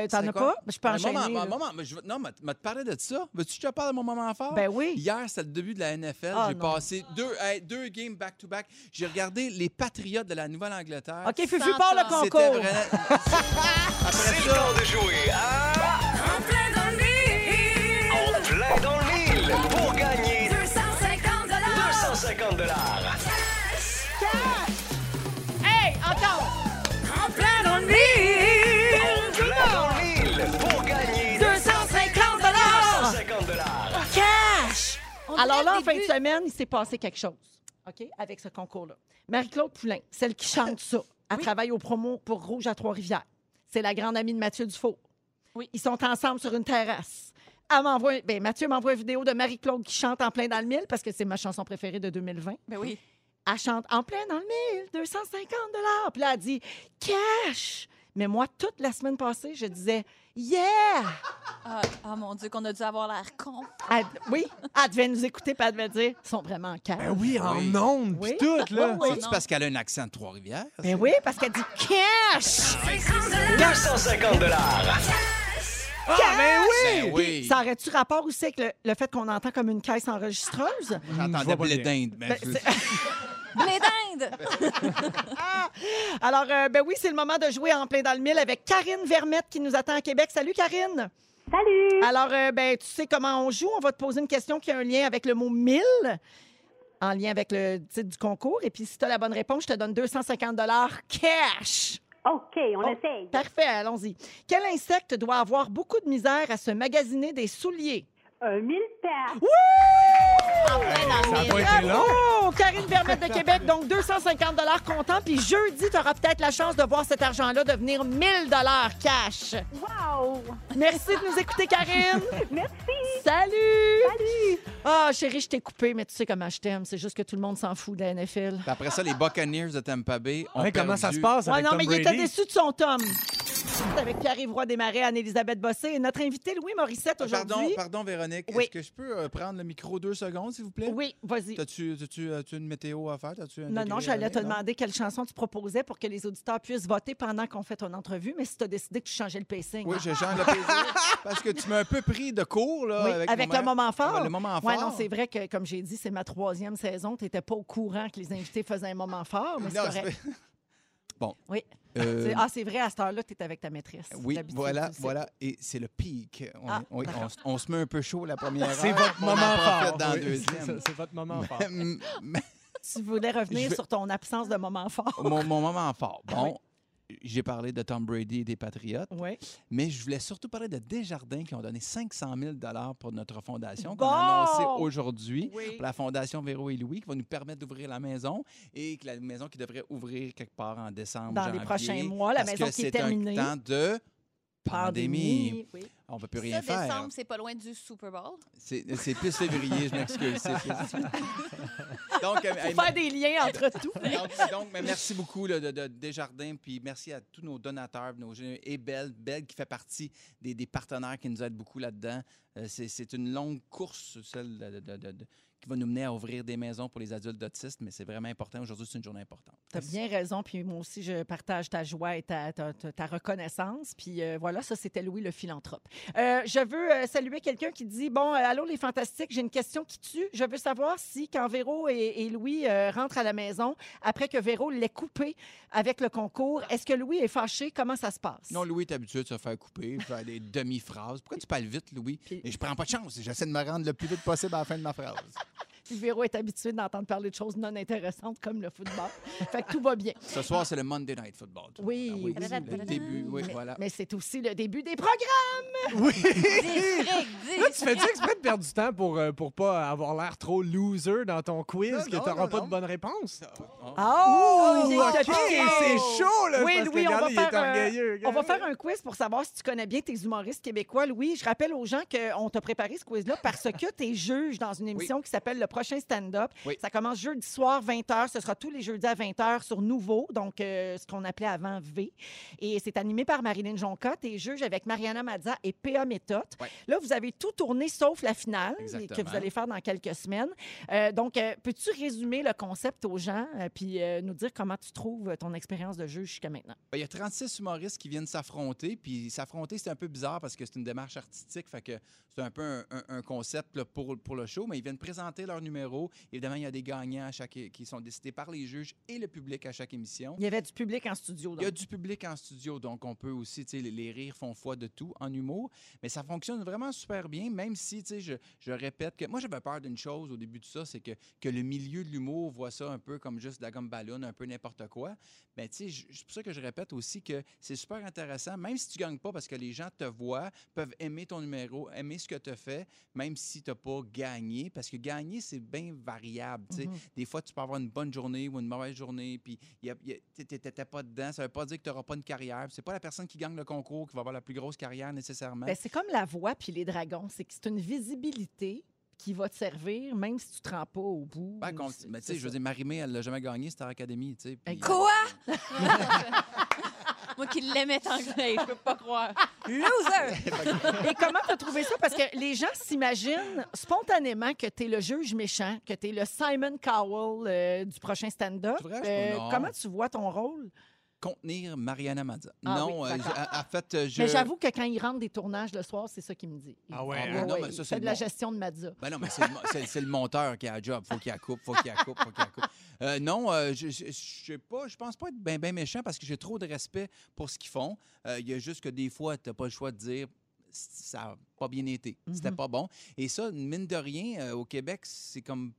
euh, t'en
C'est
as pas?
quoi?
Je peux
Un
enchaîner.
moment,
là.
un moment, mais je veux- non, mais mais te parler de ça. Veux-tu que je te parle de mon moment fort?
Ben oui.
Hier, c'est le début de la NFL.
Ah,
J'ai
non.
passé deux, hey, deux games back-to-back. J'ai regardé les Patriotes de la Nouvelle-Angleterre.
OK, Fufu,
Sans
part le
toi.
C'était
concours.
vraiment...
(laughs)
Après ça,
de jouer à... En plein dans le mille Pour gagner 250 dollars
Hey, encore!
En plein dans le mille Pour gagner 250 dollars
Alors là, en fin de semaine, il s'est passé quelque chose, OK, avec ce concours-là. Marie-Claude Poulain, celle qui chante
(laughs)
ça, elle travaille au promo pour Rouge à Trois-Rivières. C'est la grande amie de Mathieu Dufour.
Oui.
Ils sont ensemble sur une terrasse. Elle m'envoie, ben, Mathieu m'envoie une vidéo de Marie-Claude qui chante en plein dans le mille parce que c'est ma chanson préférée de 2020.
Ben oui.
Elle chante en plein dans le mille, 250 Puis là, elle dit cash. Mais moi, toute la semaine passée, je disais yeah.
Ah, ah, mon Dieu, qu'on a dû avoir l'air con.
Elle- oui, elle devait nous écouter puis elle devait dire ils sont vraiment cash.
Ben oui, en
Oui.
ondes,
Oui.
puis tout, Ben là.
Oui.
c'est parce qu'elle a un accent de Trois-Rivières.
Ben oui, parce qu'elle dit cash.
250 dollars
Ah, ben oui!
Ben oui.
Ça aurait-tu rapport aussi avec le, le fait qu'on entend comme une caisse enregistreuse?
Hmm, Je vois
J'entendais
pas
blé
bien.
d'Inde. mais
Ben,
je-
c'est-
Les
Ben,
dindes!
Alors, euh, ben oui, c'est le moment de jouer en plein dans le mille avec Karine Vermette qui nous attend à Québec. Salut, Karine! Salut! Alors, euh, ben, tu sais comment on joue. On va te poser une question qui a un lien avec le mot mille, en lien avec le titre du concours. Et puis, si tu as la bonne réponse, je te donne 250 cash.
OK, on
Oh.
essaye.
Parfait, allons-y. Quel insecte doit avoir beaucoup de misère à se magasiner des souliers?
Un mille paires.
En plein dans le
Ça a
Oh
mille.
pas été long.
Bravo! Karine Vermette de Québec, donc 250 comptant. Puis jeudi, tu auras peut-être la chance de voir cet argent-là devenir 1000 cash.
Wow!
Merci de nous écouter, Karine.
(laughs) Merci!
Salut!
Salut!
Ah, chérie, je t'ai coupé, mais tu sais comment je t'aime. C'est juste que tout le monde s'en fout de la NFL.
Puis Après ça, les Buccaneers de Tampa Bay ont
Ouais, comment ça
perdu.
se passe
Ouais,
avec
Ah non,
Tom
mais il
Brady?
était déçu de son tome. Avec Pierre-Yves Roy Desmarais, Anne-Elisabeth Bossé et notre invité Louis Morissette
Euh, Pardon,
aujourd'hui.
pardon, Véronique.
Oui.
Est-ce que je peux euh, prendre le micro deux secondes, s'il vous plaît?
Oui, vas-y.
T'as-tu t'as-tu, euh, t'as une météo à faire? T'as-tu un
Non,
degré
non, j'allais
à
te
donner? Non?
demander quelle chanson tu proposais pour que les auditeurs puissent voter pendant qu'on fait ton entrevue, mais si tu as décidé que tu changeais le pacing.
Oui, je change le plaisir. parce que tu m'as un peu pris de court, là.
Ah, Oui,
avec,
avec,
mon
le moment fort.
Ouais, le moment
Ouais,
fort.
non, c'est vrai que, comme j'ai dit, c'est ma troisième saison. Tu n'étais pas au courant que les invités faisaient un moment fort, mais c'est
Non,
correct.
c'est- (laughs) Bon.
Oui.
Euh,
(laughs) C'est- Ah, c'est vrai, à cette heure-là, tu es avec ta maîtresse.
Oui,
D'habitude,
voilà,
tu sais.
voilà. Et c'est le pic. On,
Ah,
on- on se- on se met un peu chaud la première heure.
C'est votre
On en
moment
profite
fort.
dans
oui.
le deuxième.
C'est- C'est votre
(laughs)
moment fort.
Mm, mais
Tu voulais revenir
Je vais-
sur ton absence de moment fort. (laughs) Ah
mon, mon moment fort. Bon, j'ai parlé de Tom Brady et des Patriotes,
Oui.
mais je voulais surtout parler de Desjardins qui ont donné 500 000 pour notre fondation qu'on
Bon!
a annoncée aujourd'hui.
Oui.
pour la Fondation Véro et Louis qui va nous permettre d'ouvrir la maison et que la maison qui devrait ouvrir quelque part en décembre.
Dans les
janvier,
prochains mois, la
parce
maison
que
qui est
c'est un
terminée.
temps de pandémie.
Oui.
On ne peut plus rien
ça,
faire.
décembre, c'est pas loin du Super Bowl.
C'est c'est plus février, je m'excuse. c'est
(laughs)
plus- donc, euh, hey,
Faut faire des liens entre tout.
(laughs) donc, donc, mais merci beaucoup là, de, de Desjardins, puis merci à tous nos donateurs, nos généreux, et Belle, Belle qui fait partie des, des partenaires qui nous aident beaucoup là-dedans. Euh, c'est- c'est une longue course, celle de- de- de- de- qui va nous mener à ouvrir des maisons pour les adultes autistes, mais c'est vraiment important. Aujourd'hui, c'est une journée importante.
T'as bien raison, puis moi aussi, je partage ta joie et ta, ta- ta- ta reconnaissance. Puis euh, voilà, ça, c'était Louis le philanthrope. Euh, je veux euh, saluer quelqu'un qui dit, bon, euh, allô les fantastiques, j'ai une question qui tue. Je veux savoir si quand Véro et, et Louis euh, rentrent à la maison, après que Véro l'ait coupé avec le concours, est-ce que Louis est fâché? Comment ça se passe?
Non, Louis est habitué de se faire couper, de faire des demi-phrases. Pourquoi tu parles vite, Louis? Et je prends pas de chance. J'essaie de me rendre le plus vite possible à la fin de ma phrase.
Puis Véro est habitué d'entendre parler de choses non intéressantes comme le football. fait que tout va bien.
Ce soir, c'est le Monday Night Football. tout le
Oui,
monde. Ah
oui,
le
oui.
début, oui, voilà.
Mais c'est aussi le début des programmes.
District 10.
Là, tu fais-tu exprès de perdre du temps pour, euh, pour pas avoir l'air trop loser dans ton quiz,
Non,
que
non,
t'auras
non,
pas
non.
de bonne réponse?
Oh, il
Ouh,
est
OK,
choqué.
c'est chaud, là!
Oui,
parce que
Louis, on va,
regarde, il est
faire un,
orgueilleux,
on va
regarde.
faire un quiz pour savoir si tu connais bien tes humoristes québécois. Louis, je rappelle aux gens qu'on t'a préparé ce quiz-là parce que tu es juge dans une émission qui s'appelle Le Prochain Stand-Up.
Oui.
Ça commence jeudi soir, 20h. Ce sera tous les jeudis à 20h sur Nouveau, donc euh, ce qu'on appelait avant V. Et c'est animé par Marilyn Jonca. Tu es juge avec Mariana Mazza et P.A. Méthode.
Ouais.
Là, vous avez tout tourné sauf la finale et que
Exactement.
vous allez faire dans quelques semaines. Euh, donc, euh, peux-tu résumer le concept aux gens euh, puis euh, nous dire comment tu trouves euh, ton expérience de juge jusqu'à maintenant?
Ben, Il y a 36 humoristes qui viennent s'affronter. Puis s'affronter, c'est un peu bizarre parce que c'est une démarche artistique. Fait que c'est un peu un, un- un concept là, pour, pour le show. Mais ils viennent présenter leur numéro. Évidemment, il y a des gagnants à chaque, qui sont décidés par les juges et le public à chaque émission.
Il y avait du public en studio.
Il y a du public en studio, donc on peut aussi, tu sais, les, les rires font foi de tout en humour, mais ça fonctionne vraiment super bien, même si, tu sais, je, je répète que moi j'avais peur d'une chose au début de ça, c'est que, que le milieu de l'humour voit ça un peu comme juste de la gomme ballon, un peu n'importe quoi. Mais tu sais, je- c'est pour ça que je répète aussi que c'est super intéressant, même si tu gagnes pas parce que les gens te voient, peuvent aimer ton numéro, aimer ce que tu fais, même si tu n'as pas gagné, parce que gagner, c'est bien variable, tu sais.
Mm-hmm.
Des fois, tu peux avoir une bonne journée ou une mauvaise journée, puis il y a- il y a- t'é- t'é- t'étais pas dedans. Ça veut pas dire que tu n'auras pas une carrière. C'est pas la personne qui gagne le concours qui va avoir la plus grosse carrière nécessairement.
Ben, c'est comme la voix puis les dragons. C'est que c'est une visibilité qui va te servir même si tu te rends pas au bout.
Ben,
ou
qu'on-
c'est-
mais tu
c'est
sais, je veux
ça. Ben,
dire, Marimé, elle l'a jamais gagné, Star Academy, tu sais. puis-
Quoi? Moi qui l'aimais tant que ça, je peux pas croire. Loser!
Et comment t'as trouvé ça? Parce que les gens s'imaginent spontanément que t'es le juge méchant, que t'es le Simon Cowell euh, du prochain stand-up. Euh,
C'est vrai, je- non.
comment tu vois ton rôle?
euh, Contenir Mariana Mazza.
Ah
non,
oui,
euh,
d'accord.
j- en en fait, euh, je...
Mais j'avoue que quand ils rentrent des tournages le soir, c'est ça qu'ils me dit.
Ah ouais,
hein? Non, mais
il
ça, c'est
fait de
le
la
bon.
gestion de Madza.
Ben non, mais c'est le, mo-
(laughs)
c'est- c'est le monteur qui a le job. Faut qu'il la coupe, faut qu'il la coupe, faut qu'il la coupe. Euh, non, euh, je, je, je sais pas, je pense pas être bien ben méchant parce que j'ai trop de respect pour ce qu'ils font. Euh, Il y a juste que des fois, t'as pas le choix de dire ça a pas bien été, c'était
Mhm.
pas bon. Et ça, mine de rien, euh, au Québec, c'est comme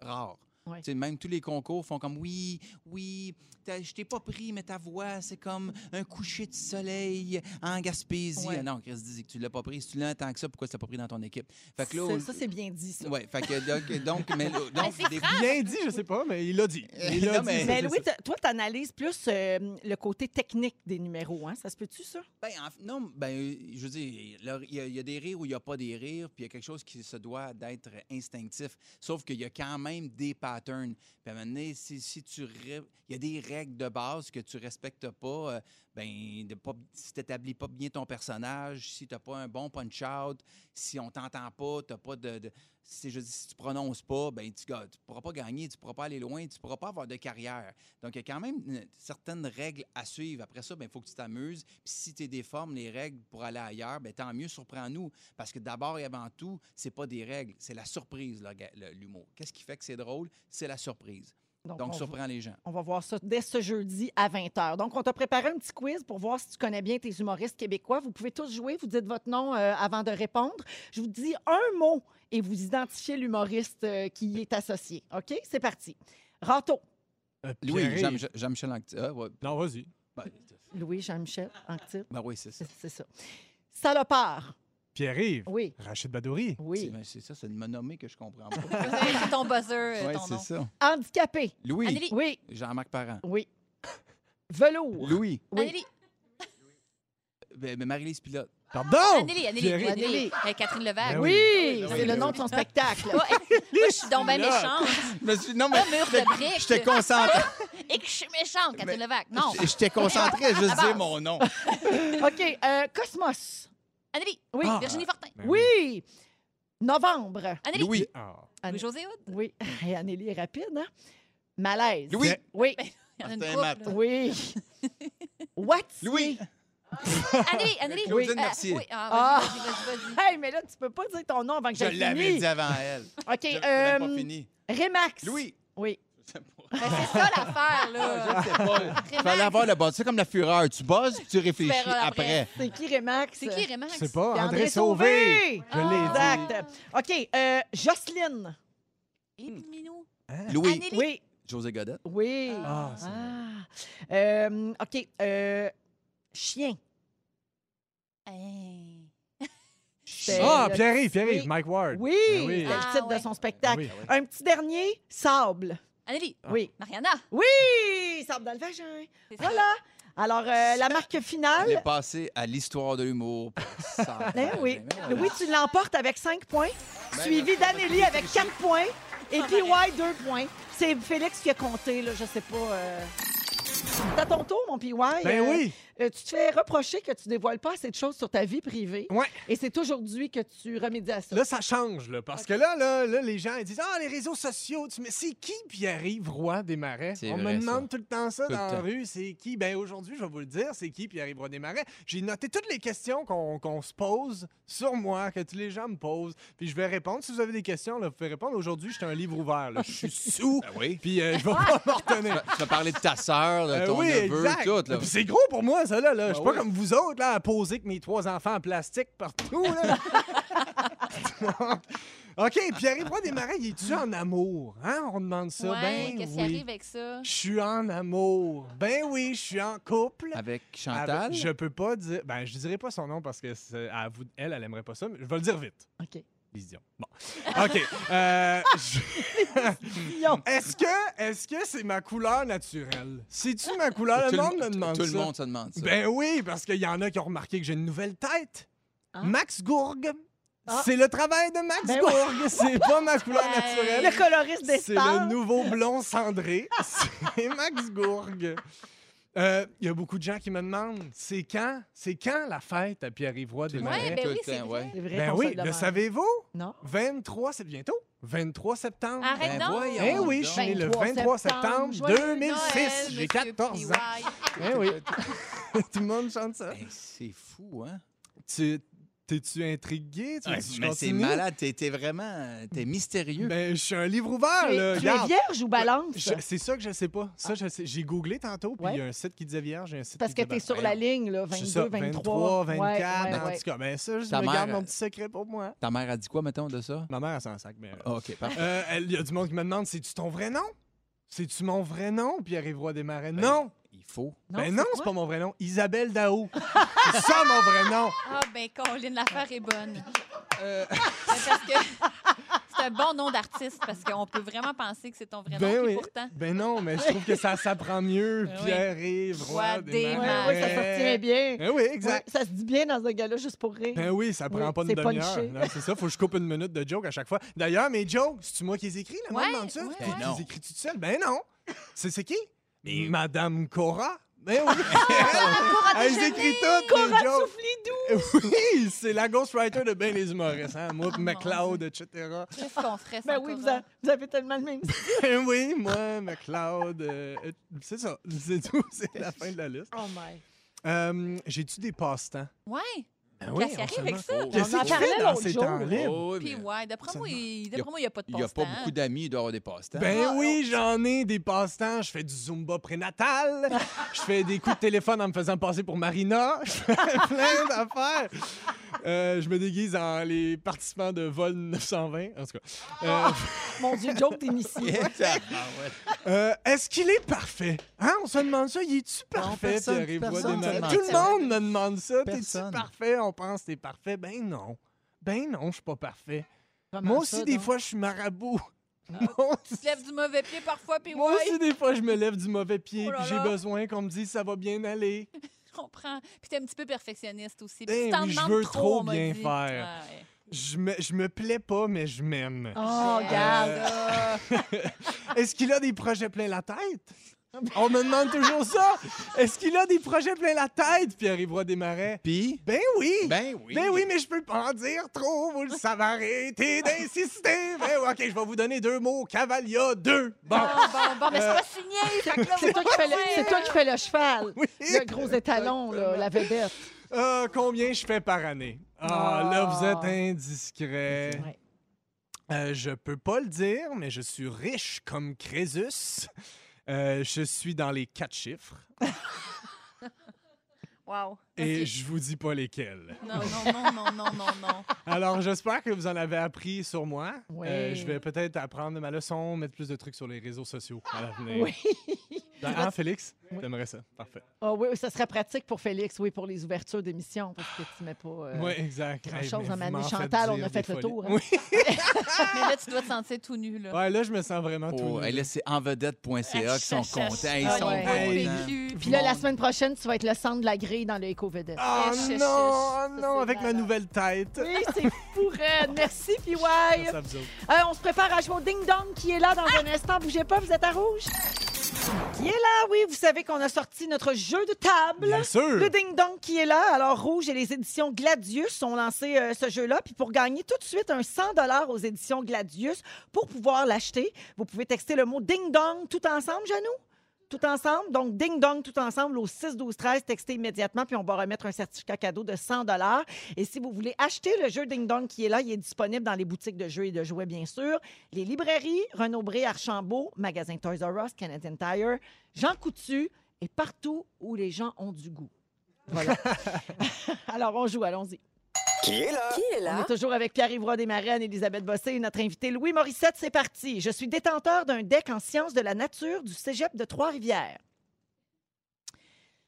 rare.
Ouais.
Tu sais, Même tous les concours font comme oui, oui, t'as- je t'ai pas pris, mais ta voix, c'est comme un coucher de soleil en Gaspésie.
Ouais.
Ah Non, Chris dit que tu l'as pas pris. Si tu l'as tant que ça, pourquoi tu l'as pas pris dans ton équipe? Fait que là,
Ça,
au-
ça, c'est bien dit, ça.
oui, fait que donc, donc, mais, donc
c'est
des-
Bien dit, je sais pas, mais il l'a dit. Il
Non, mais-
l'a dit. ça,
Mais
c'est
Ben Louis,
ça.
t- toi, tu analyses plus euh, le côté technique des numéros. Hein? Ça se peut-tu, ça?
ben, en- non, ben, euh, je veux dire, là, il y, a- il y a des rires où il n'y a pas des rires, puis il y a quelque chose qui se doit d'être instinctif. Sauf qu'il y a quand même des patterns. Puis à un moment donné, si, si tu ré- il y a des règles de base que tu respectes pas, euh, ben, de pas, si tu n'établis pas bien ton personnage, si tu n'as pas un bon punch-out, si on t'entend pas, tu pas de. de- si, je dis, si tu prononces pas, ben, tu ne pourras pas gagner, tu ne pourras pas aller loin, tu ne pourras pas avoir de carrière. Donc, il y a quand même une- certaines règles à suivre. Après ça, il faut que tu t'amuses. Puis si tu déformes les règles pour aller ailleurs, ben, tant mieux, surprends-nous. Parce que d'abord et avant tout, c'est pas des règles, c'est la surprise, le ga- le- l'humour. Qu'est-ce qui fait que c'est drôle? C'est la surprise.
Donc,
Donc,
on, va,
surprends les gens.
on va voir ça dès ce jeudi à 20h. Donc, on t'a préparé un petit quiz pour voir si tu connais bien tes humoristes québécois. Vous pouvez tous jouer. Vous dites votre nom euh, avant de répondre. Je vous dis un mot et vous identifiez l'humoriste euh, qui y est associé. OK? C'est parti. Rato.
Euh,
Louis,
Pierre-
Jean- Jean-Michel Anctil. Ah, ouais. (laughs)
Non, vas-y.
Ben,
Louis-Jean-Michel Anctil.
Ben oui, c'est ça.
C'est ça. Salopard.
Pierre-Yves.
Oui.
Rachid Badouri.
C'est
Oui.
ben, c'est ça, c'est de me nommer que je comprends (laughs) pas.
C'est ton buzzer,
oui,
ton
c'est
nom.
ça.
Handicapé.
Louis.
Anneli.
Oui.
Jean-Marc Parent.
Oui. Velours.
Louis.
Oui.
Anneli,
Ben, ben, Marie-Lise Pilote. Oh,
Oh,
Pardon!
Anneli, Anneli,
Pierre-Yves.
Anneli. Euh, Catherine Levac.
Ben
Ah Oui,
Ah
Ben
c'est
oui,
le
ben
nom
oui.
de son spectacle.
(laughs)
Moi, je suis donc bien méchante.
Je me suis- Non, mais
Pas mur de briques.
j'étais concentré.
Et que je suis méchante, Catherine
Mais-
Levac. Non.
J'étais concentré à
À
juste
base.
dire mon nom.
OK. euh, Cosmos.
Anneli,
Oui.
Ah.
Virginie Fortin.
Ben oui.
Oui. Novembre.
Anneli,
Louis.
Ah.
Louis-José Hood.
Oui. Et Anneli est rapide, hein? Malaise.
Louis.
Oui.
Il y en a une
Martin
couple,
Matt.
là.
Oui.
(laughs)
What's
Louis.
Anneli, Anneli.
Claudine
Euh,
Mercier.
Oui, ah, vas-y,
Ah.
vas-y, vas-y, vas-y.
Hey, mais là, tu peux pas dire ton nom avant que
Je
j'aie
l'avais
fini.
dit avant elle.
OK.
Je- j'avais pas
Euh,
fini.
Remax.
Louis.
Oui.
Je sais pas.
Ben, c'est ça l'affaire, là.
Je sais pas.
Remax.
Fallait avoir le buzz. C'est comme la fureur. Tu buzzes, puis tu réfléchis
verras après.
après.
C'est qui Remax?
C'est qui, Rémax?
C'est pas
C'est
André,
André
Sauvé.
Sauvé. Ah,
Je l'ai dit.
Exact. OK. euh, Jocelyne.
Et Minou.
Louis.
Anneli.
Oui.
José Godette.
Oui.
Ah, c'est
Ah. Euh, OK. euh, chien.
Hey.
C'est
Ah,
le-
Pierre-Yves, Pierre-Yves,
Oui.
Mike Ward.
Oui,
Ben oui.
c'est le
Ah,
titre
ouais.
de son spectacle.
Ben oui. Ah.
Un petit dernier, sable.
Anneli.
Oui.
Mariana.
Oui, sable dans le
(laughs)
vagin.
C'est ça.
Voilà. Alors, euh, la marque
Elle est
finale.
passée à l'histoire de l'humour. Ça-
Eh oui.
Ben
Louis, tu l'emportes avec 5 points,
Ben,
suivi d'Anélie avec 4 points
Ah,
et PY 2 points. C'est Félix qui a compté, là, je sais pas. euh. C'est à ton tour, mon PY.
Ben
Euh,
oui.
euh, tu te fais reprocher que tu dévoiles pas assez de choses sur ta vie privée.
Ouais.
Et c'est aujourd'hui que tu remédies à ça.
Là, ça change, là, parce que là, là, là, les gens ils disent Ah, les réseaux sociaux, tu... mais c'est qui Pierre-Yves Roy Desmarais
C'est
On
vrai,
me demande tout le temps ça
Tout le
dans la
temps.
rue c'est qui Ben aujourd'hui, je vais vous le dire, c'est qui Pierre-Yves Roy Desmarais J'ai noté toutes les questions qu'on qu'on se pose sur moi, que tous les gens me posent, puis je vais répondre. Si vous avez des questions, là, vous pouvez répondre. Aujourd'hui, j'étais un livre ouvert, là.
(laughs)
je suis sous,
Ben oui.
puis euh, je vais pas m'en retenir.
Tu vas parler de ta sœur, de
Euh,
ton
oui,
neveu,
exact.
tout. Là.
Puis C'est gros pour moi, ça, là. là. Je suis
Ben
pas
oui.
comme vous autres, là, à poser avec mes trois enfants en plastique partout, là. (laughs) OK, Pierre-Yves Roy Desmarais, il est-tu en amour? Hein? On demande ça.
Ouais,
ben
qu'est-ce
oui.
qui
Ben,
arrive avec ça?
Je suis en amour. Ben oui, je suis en couple.
Avec Chantal.
Avec- Je peux pas dire... Ben, je dirais pas son nom parce que c'est- à vous- elle, elle aimerait pas ça, mais je vais le dire vite.
OK. Euh,
Lise Dion. Bon. OK. euh, je-
Mignon.
(laughs) Est-ce que est-ce que c'est ma couleur naturelle? C'est-tu ma couleur?
Tout
Ah, Le monde me
tout-
demande
Tout
ça.
le monde se demande ça.
Ben oui, parce qu'il y en a qui ont remarqué que j'ai une nouvelle tête.
Ah.
Max Gourgue.
Ah.
C'est le travail de Max
Ben oui.
Gourgue. C'est
(laughs)
pas ma couleur
Hey.
naturelle.
Le coloriste des
C'est le
stars.
nouveau blond cendré. C'est Max Gourgue. Euh, Il y a beaucoup de gens qui me demandent c'est quand c'est quand la fête à Pierre-Yves Roy
Tout le
des
temps,
Ouais, ben
tout
oui,
le
c'est
temps,
vrai.
ouais.
C'est vrai
Ben
qu'on se
oui,
le
le
demande.
savez-vous
Non.
23 c'est bientôt 23 septembre.
Arrête
Ben
donc.
voyons
Eh oui, je
donc.
suis né le 23
23 septembre.
septembre
Joyeux
2006. J'ai 14 ans.
(laughs)
Eh oui. Tout le monde chante ça.
Ben, c'est fou, hein?
Tu- T'es-tu intrigué? Tu
Ouais,
veux-tu que Ben, je
mais c'est
continue?
malade. T'es t'es vraiment... T'es mystérieux.
Ben, je suis un livre ouvert,
Tu es-
là.
tu es
regarde.
vierge ou balance?
Je- C'est ça que je sais pas. Ça, je sais. J'ai googlé tantôt, puis il
Ouais.
y a un site qui disait vierge, et un site
Parce
qui
que
disait
tu es sur
ben,
la ligne, là,
c'est
22,
ça,
23.
24.
Ouais, ouais,
en
ouais.
tout cas, ben ça, je
Ta
me
mère,
garde
euh,
mon petit secret pour moi.
Ta mère a dit quoi, mettons, de ça?
Ma mère, elle s'en sac, mais...
Ah, OK, parfait.
Euh, elle- Il y a du monde qui me demande, c'est-tu ton vrai nom? C'est-tu mon vrai nom, Pierre-Yves Roy Desmarais? non!
Il faut.
Ben non, c'est
quoi?
pas mon vrai nom. Isabelle Dao. (laughs) c'est ça, mon vrai nom.
Ah, ben, Colin, l'affaire est bonne. (laughs) Ben, Parce que c'est un bon nom d'artiste, parce qu'on peut vraiment penser que c'est ton vrai nom,
Ben
puis
oui.
pourtant.
Ben non, mais je trouve que ça s'apprend mieux,
Ben oui.
Pierre-Yves Roy
Roy
Desmarais.
Ouais,
Desmarais.
ouais, ça sortirait bien.
Ben oui, exact.
Ouais, ça se dit bien dans un gars-là, juste pour rire.
Ben oui, ça prend
Oui,
pas une
c'est
demi-heure.
punché.
Non, C'est ça, faut que je coupe une minute de joke à chaque fois. D'ailleurs, mes jokes, c'est-tu moi qui les écris, la
Ouais,
même demande ça?
ouais,
Puis
ouais.
tu
Non.
les écris tout seul? Ben non. C'est c'est qui? Madame Cora. Ben oui. (laughs)
Ah,
Elle les écrit toutes, mes jokes. Oui, c'est la ghostwriter de Ben les humoristes. hein. Moi, puis McLeod, etc.
Qu'est-ce qu'on ferait sans
Ben oui,
Cora?
vous, a- vous avez tellement le même.
Ben (laughs) oui, moi, McLeod. euh, euh, c'est ça, (laughs) c'est tout. C'est la fin de la liste.
Oh my.
Euh, J'ai-tu des passe-temps?
Ouais.
Ben
Qu'est-ce qui arrive
Hein?
avec
Oh,
ça?
Qu'est-ce
en
qu'il
parlait
fait dans
l'autre
ces
jour.
temps libres?
Puis, ouais, d'après moi, il d'après moi, il n'y a pas de
Il n'y a pas
passe-temps.
beaucoup d'amis, il doit y avoir des passe-temps. (laughs)
Ben oui, j'en ai des passe-temps. Je fais du Zumba prénatal. (laughs) Je fais des coups de téléphone en me faisant passer pour Marina. Je fais plein d'affaires. Euh, je me déguise en les participants de vol 920. En tout cas. Euh,
Mon Dieu, joke
(laughs)
d'initié.
euh, Est-ce qu'il est parfait? Hein? On se demande ça. Il est-tu parfait?
personne-
Pierre-Yves Roy
personne
Desmarais?
ne demande
Tout
ça.
le monde me demande ça. T'es-tu
Personne.
parfait? On pense t'es parfait. Ben non. Ben non, je suis pas parfait.
Comment
Moi
ça,
aussi, des
donc?
fois, je suis marabout. (laughs) Moi
Tu te lèves du mauvais pied parfois, puis
Moi
ouais,
aussi, des fois, je me lève du mauvais pied,
Oh là
puis j'ai
là.
besoin qu'on me dise ça va bien aller.
je comprends. Puis t'es un petit peu perfectionniste aussi. Puis
Ben
tu t'en
oui, je
demandes
veux
trop,
trop
on m'a
bien
dit. Ah
faire.
Ouais.
Je me, je me plais pas, mais je m'aime.
Oh, regarde.
Euh. Est-ce qu'il a des projets plein la tête? On me demande toujours ça. Est-ce qu'il a des projets plein la tête, Pierre-Yves Roy Desmarais?
Puis,
Ben oui!
ben oui.
Ben oui, mais je peux pas en dire trop, vous le savez, arrêtez d'insister! Ben oui, ok, je vais vous donner deux mots, Cavalia 2! Bon!
Bon, bon, Ah, bon, mais c'est pas signé. fait que là,
C'est
vous
toi, qui fais le-
pouvez-
c'est toi qui fais le cheval.
(laughs) Oui.
Le gros étalon, là, la vedette.
Ah, combien je fais par année? Ah, là, vous
Ah.
êtes indiscret.
Ouais.
Euh, je peux pas le dire, mais je suis riche comme Crésus. Euh, je suis dans les quatre chiffres.
Wow.
Et
Ok.
je vous dis pas lesquels.
Non, non, non, non, non, non, non.
Alors, j'espère que vous en avez appris sur moi.
Ouais.
Euh, je vais peut-être apprendre de ma leçon, mettre plus de trucs sur les réseaux sociaux à l'avenir.
Oui.
Ben, hein, Félix? T'aimerais ça. Parfait.
Ah oui, ça serait pratique pour Félix, oui, pour les ouvertures d'émissions, parce que tu mets pas. euh,
oui, exact.
grand
Hey,
chose
mais
à
vous
m'amener.
m'en
Chantal,
faites
on a
dire
fait
des
le
folies.
tour, hein.
Oui.
Mais là, tu dois te sentir tout nu,
(laughs)
là.
Ouais, là, je me sens vraiment tout
Oh,
nu.
hey, là, c'est envedette.ca qui sont
Cherche,
contents.
cherche.
Ils
Ah,
sont
ouais.
Hey,
contents.
PQ.
Puis là, la semaine prochaine, tu vas être le centre de la grille dans le éco-vedette.
Oh
Chut, chut, chut.
non, oh
Ça,
non,
c'est
avec ma
malade.
nouvelle tête.
Oui, c'est fou, Red. Merci, PY.
Merci à vous autres.
Euh, on se prépare à jouer au Ding Dong qui est là dans un instant. Bougez pas, vous êtes à rouge. Qui est là, oui. Vous savez qu'on a sorti notre jeu de table.
Bien
Le
sûr.
Ding Dong qui est là. Alors, Rouge et les éditions Gladius ont lancé euh, ce jeu-là. Puis pour gagner tout de suite un 100 aux éditions Gladius, pour pouvoir l'acheter, vous pouvez texter le mot Ding Dong tout ensemble, Janou? Tout ensemble. Donc, Ding Dong tout ensemble au 6 12 13 Textez immédiatement, puis on va remettre un certificat cadeau de 100 Et si vous voulez acheter le jeu Ding Dong qui est là, il est disponible dans les boutiques de jeux et de jouets, bien sûr. Les librairies, Renaud Bré, Archambault, Magasin Toys R Us, Canadian Tire, Jean Coutu et partout où les gens ont du goût. Voilà. (laughs) Alors, on joue, allons-y.
Qui est là?
On est toujours avec Pierre-Yves Roy Desmarennes, Elisabeth Bossé et notre invité Louis Morissette. C'est parti. Je suis détenteur d'un deck en sciences de la nature du cégep de Trois-Rivières.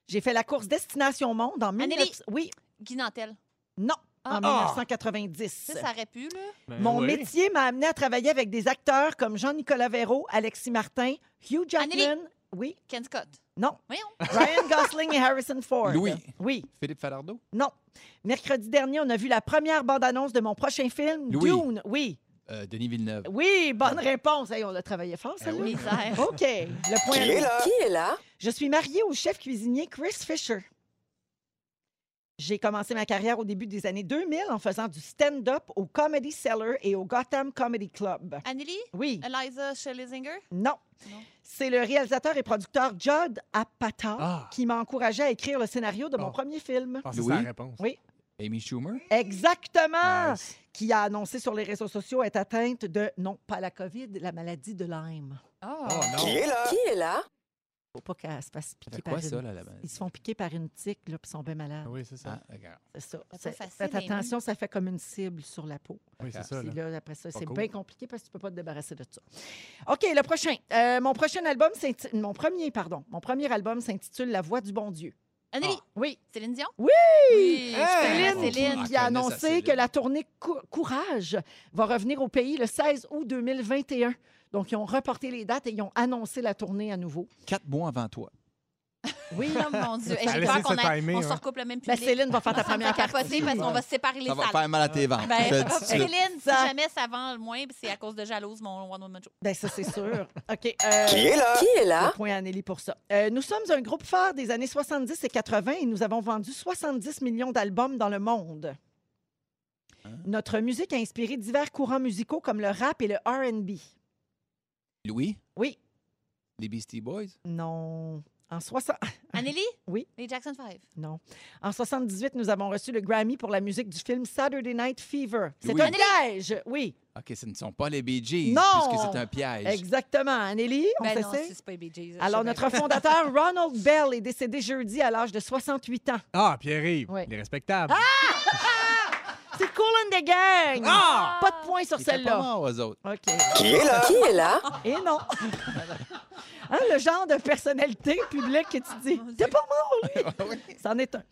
J'ai fait la course Destination Monde en
Anneli.
19... Oui,
Guy Nantel.
non,
Ah.
en
Ah.
1990.
Ça, ça aurait pu, là.
Ben
Mon
oui.
métier m'a amené à travailler avec des acteurs comme Jean-Nicolas Véro, Alexis Martin, Hugh Jackman...
Anneli.
Oui,
Ken Scott.
non.
Voyons.
Ryan Gosling et Harrison Ford.
Louis.
Oui.
Philippe Falardeau?
Non. Mercredi dernier, on a vu la première bande-annonce de mon prochain film,
Louis.
Dune. Oui.
Euh, Denis Villeneuve.
Oui, bonne réponse. Hey, on a travaillé fort, ça.
oui. Misère.
OK. Le point
Qui est
est
là?
Je suis mariée au chef cuisinier Chris Fisher. J'ai commencé ma carrière au début des années 2000 en faisant du stand-up au Comedy Cellar et au Gotham Comedy Club.
Anneli.
Oui.
Eliza Schlesinger.
Non.
Non.
C'est le réalisateur et producteur Judd Apatow
Ah.
qui m'a encouragé à écrire le scénario de mon
Ah.
premier film.
Je pensais que c'était la
Louis?
réponse.
Amy Schumer?
Exactement!
Nice.
Qui a annoncé sur les réseaux sociaux être atteinte de, non pas la COVID, la maladie de Lyme.
Oh.
Oh non!
Ah. Qui est là?
Faut pas qu'elle se fasse
Ça
piquer
fait
par
quoi
une-
ça, là, là-bas?
Ils se font piquer par une tique, là, puis ils sont bien malades.
Ah Oui, c'est ça.
Ah, regarde.
C'est ça.
pas
C'est-
facile,
Faites
Amy.
hein?
attention, ça fait comme une cible sur la peau.
Oui,
ah,
c'est ça.
Puis
là.
là, après ça,
Pas
c'est
cool.
bien compliqué parce que tu peux pas te débarrasser de ça. OK, le prochain. Euh, mon prochain album, s'inti- mon premier, pardon, mon premier album s'intitule La Voix du bon Dieu.
Anneli.
Oui.
Céline Dion.
Ah. Oui!
Oui.
Hey!
Céline. Céline.
qui a
Ah, connaisse la
annoncé
Céline.
que la tournée Cou- Courage va revenir au pays le 16 août 2021. Donc, ils ont reporté les dates et ils ont annoncé la tournée à nouveau.
Quatre mois avant toi.
Oui, là, mon Dieu. Hey,
Ça
J'ai
laisse
peur qu'on
ça
a-
timer,
on se
hein.
recoupe le même
La
public.
Ben, Céline va faire
(laughs)
ta
Ça me
première
fait
carte.
capoter parce qu'on va se séparer les
Ça va
salles.
faire mal à tes ventes.
Ben,
je te dis ça.
Céline, si
Exact.
jamais ça vend le moins, puis c'est à cause de jalouse, mon One Woman Show.
Ben ça, c'est sûr. OK. euh,
Qui est là?
Le point à Anneli pour ça. Euh, nous sommes un groupe phare des années 70 et 80 et nous avons vendu 70 millions d'albums dans le monde.
Hein?
Notre musique a inspiré divers courants musicaux comme le rap et le R&B.
Louis?
Oui.
Les Beastie Boys?
Non. En 60...
Anneli?
Oui.
Les Jackson 5.
Non. En 78, nous avons reçu le Grammy pour la musique du film Saturday Night Fever. C'est
Louis.
un piège. Oui,
OK, ce ne sont pas les Bee Gees,
Non!
puisque c'est un piège.
exactement. Anneli, on
Ben
fait
non,
ça?
c'est pas les Bee Gees, je
Alors,
sais bien.
notre fondateur Ronald Bell est décédé jeudi à l'âge de 68 ans.
Ah, Pierre-Yves,
Oui.
il est respectable.
C'est Cool and the Gang.
Ah!
Pas de points sur
Ils étaient pas
celle-là.
morts, eux autres.
OK.
Qui est là?
Qui est là?
Et non. (laughs) Hein, le genre de personnalité publique que tu dis, t'es pas
(laughs)
mort,
Ah
lui. C'en est un.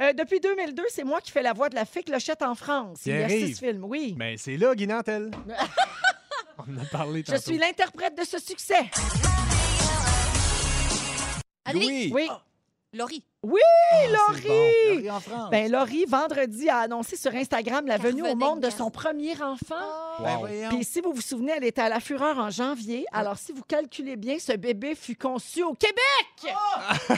Euh, depuis 2002, c'est moi qui fais la voix de la fée Clochette en France. Il y a
Pierre-Yves.
six films, oui.
Mais c'est là,
(laughs)
Guy Nantel. On en a parlé
Je
tantôt.
suis l'interprète de ce succès.
Anneli,
Oui.
Ah,
Laurie.
Oui, Laurie!
Laurie en France.
Ben, Laurie, vendredi, a annoncé sur Instagram la
Qu'elle
venue au
revenait
monde de
de
son premier enfant.
Ben,
Wow.
voyons.
Puis si vous vous souvenez, elle était à la fureur en janvier. Alors, si vous calculez bien, ce bébé fut conçu au Québec! Oh!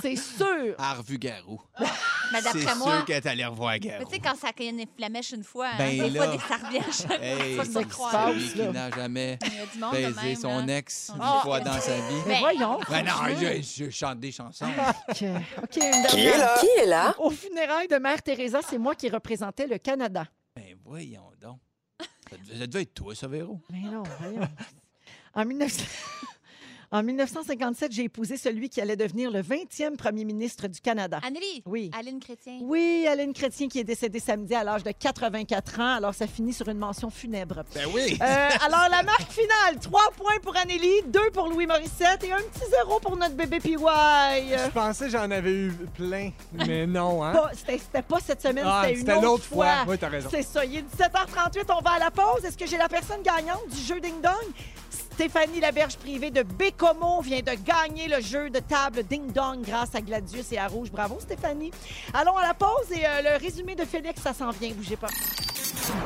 C'est sûr!
Elle a revu Garou.
Mais
C'est
ben, d'après moi,
sûr qu'elle est allée revoir Garou.
mais tu sais, quand ça connaît la mèche une fois, hein,
Ben
des
là.
fois, dès que ça revient à chaque
Hey,
fois,
c'est
ça
qui
croire.
se
celui qui
là.
n'a jamais
Il y a du monde de
baisé
même,
son
là.
ex une
Ah.
fois dans sa vie.
Mais
Ben,
voyons!
Ben non,
franchement.
je, je chante
(laughs)
des chansons.
OK, OK, une
Qui
dernière.
est là?
Qui est là?
Au funérailles de Mère Teresa, c'est moi qui représentais le Canada.
Ben voyons donc. Ça devait, ça devait être toi, ça, Véro.
Mais non, voyons. En, 19... (laughs) en 1957, j'ai épousé celui qui allait devenir le 20e premier ministre du Canada.
Anneli,
Oui.
Aline Chrétien.
Oui, Aline Chrétien qui est décédée samedi à l'âge de 84 ans. Alors, ça finit sur une mention funèbre.
Ben oui.
Euh, alors, la marque finale, 3 points pour Anneli, 2 pour Louis Morissette et un petit zéro pour notre bébé PY.
Je
Euh,
pensais que j'en avais eu plein, mais non, hein?
pas- C'était c'était pas cette semaine,
Ah,
c'était une autre, fois.
Oui, t'as raison.
C'est ça, il est 17h38, on va à la pause. Est-ce que j'ai la personne gagnante du jeu Ding Dong? Stéphanie Laberge privée de Bécomo vient de gagner le jeu de table Ding Dong grâce à Gladius et à Rouge. Bravo Stéphanie. Allons à la pause et euh, le résumé de Félix, ça s'en vient, bougez pas.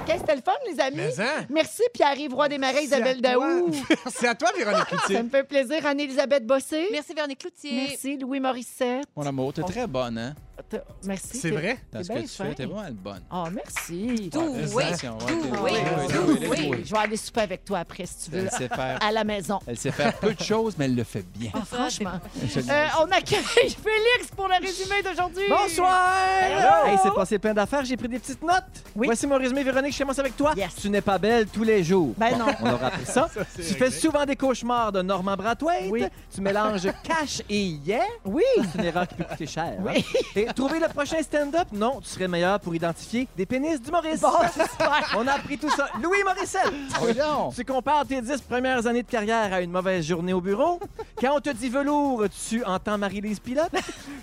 Qu'est-ce que c'était le fun, les amis?
Mais hein?
Merci Pierre-Yves Roy des Marais,
Merci à
Isabelle
toi.
Daou.
(laughs) Merci à toi, Véronique
Ça
Cloutier.
me fait plaisir, Anne-Élisabeth Bossé.
Merci, Véronique Cloutier.
Merci Louis Morissette.
Mon amour, t'es très bonne, hein?
T- Merci. t'es-
C'est vrai?
Dans
T'es
ce que
bien
tu
fin.
fais, t'es hein? vraiment bonne.
Oh, merci.
Doué,
Ouais, c'est ça, ouais,
doué,
t'es-
oui,
t'es-
doué.
t'es- t'es-
Oui,
t'es-
je vais aller souper avec toi après si tu veux.
Elle sait faire.
À la maison.
Elle sait faire peu de choses, mais elle le fait bien.
Ah, franchement.
Je- (laughs)
Euh, on accueille (laughs) Félix pour le résumé d'aujourd'hui.
Bonsoir! Hey, c'est passé plein d'affaires, j'ai pris des petites notes.
Oui.
Voici mon résumé, Véronique, je commence avec toi.
Yes.
Tu n'es pas belle tous les jours.
Ben
Bon,
non.
On aura appris
(laughs)
ça.
Ça,
tu
c'est
fais
réglé.
souvent des cauchemars de Norman Brathwaite.
Oui.
Tu mélanges cash et yeah.
Oui.
C'est une erreur qui peut coûter cher. Oui. Et trouver le prochain stand-up? Non, tu serais meilleur pour identifier des pénis d'humoristes.
Bon, c'est super.
On a appris tout ça. Louis Morissette!
Voyons.
Tu compares tes dix premières années de carrière à une mauvaise journée au bureau. Quand on te dit velours, tu entends Marie-Lise Pilote.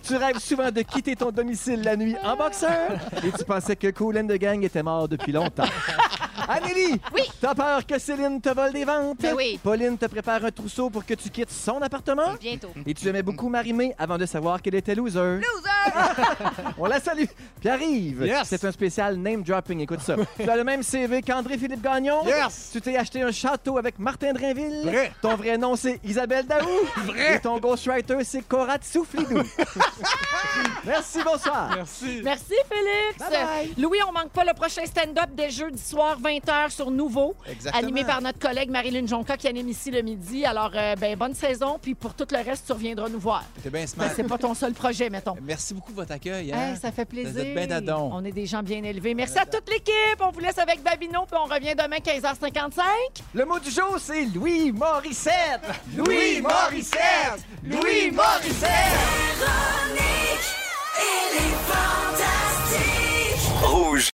Tu rêves souvent de quitter ton domicile la nuit en boxeur. Et tu pensais que Coolin de Gang était mort depuis longtemps. Amélie,
Oui.
t'as peur que Céline te vole des ventes?
Ben oui.
Pauline te prépare un trousseau pour que tu quittes son appartement.
Bientôt.
Et tu aimais beaucoup Marimé avant de savoir qu'elle était loser.
Loser!
(laughs) On la salue. Puis arrive.
Yes.
C'est un spécial name dropping. Écoute
(laughs)
ça. tu as le même CV qu'André-Philippe Gagnon.
Yes!
Tu t'es acheté un château avec Martin Drainville.
Vrai.
Ton vrai nom, c'est Isabelle Daou. Vrai. Et ton ghostwriter, c'est Korat
(laughs)
Souflidou. Merci, bonsoir.
Merci.
Merci, Félix.
Bye-bye.
Louis, on manque pas le prochain stand-up dès jeudi soir, 20h sur Nouveau,
Exactement.
animé par notre collègue Marilyn Jonca qui anime ici le midi. Alors, euh, ben, bonne saison, puis pour tout le reste, tu reviendras nous voir.
T'es bien
Ben,
smart.
c'est pas ton seul projet, mettons.
Merci beaucoup de votre accueil. hein?
Hey, ça fait plaisir.
Vous êtes ben dadon.
On est des gens bien élevés. Merci à toute l'équipe. On vous laisse avec Babino, puis on revient demain 15h55.
Le mot du jour, c'est Louis Morissette.
Louis Morissette!
Louis Morissette.
Rouge.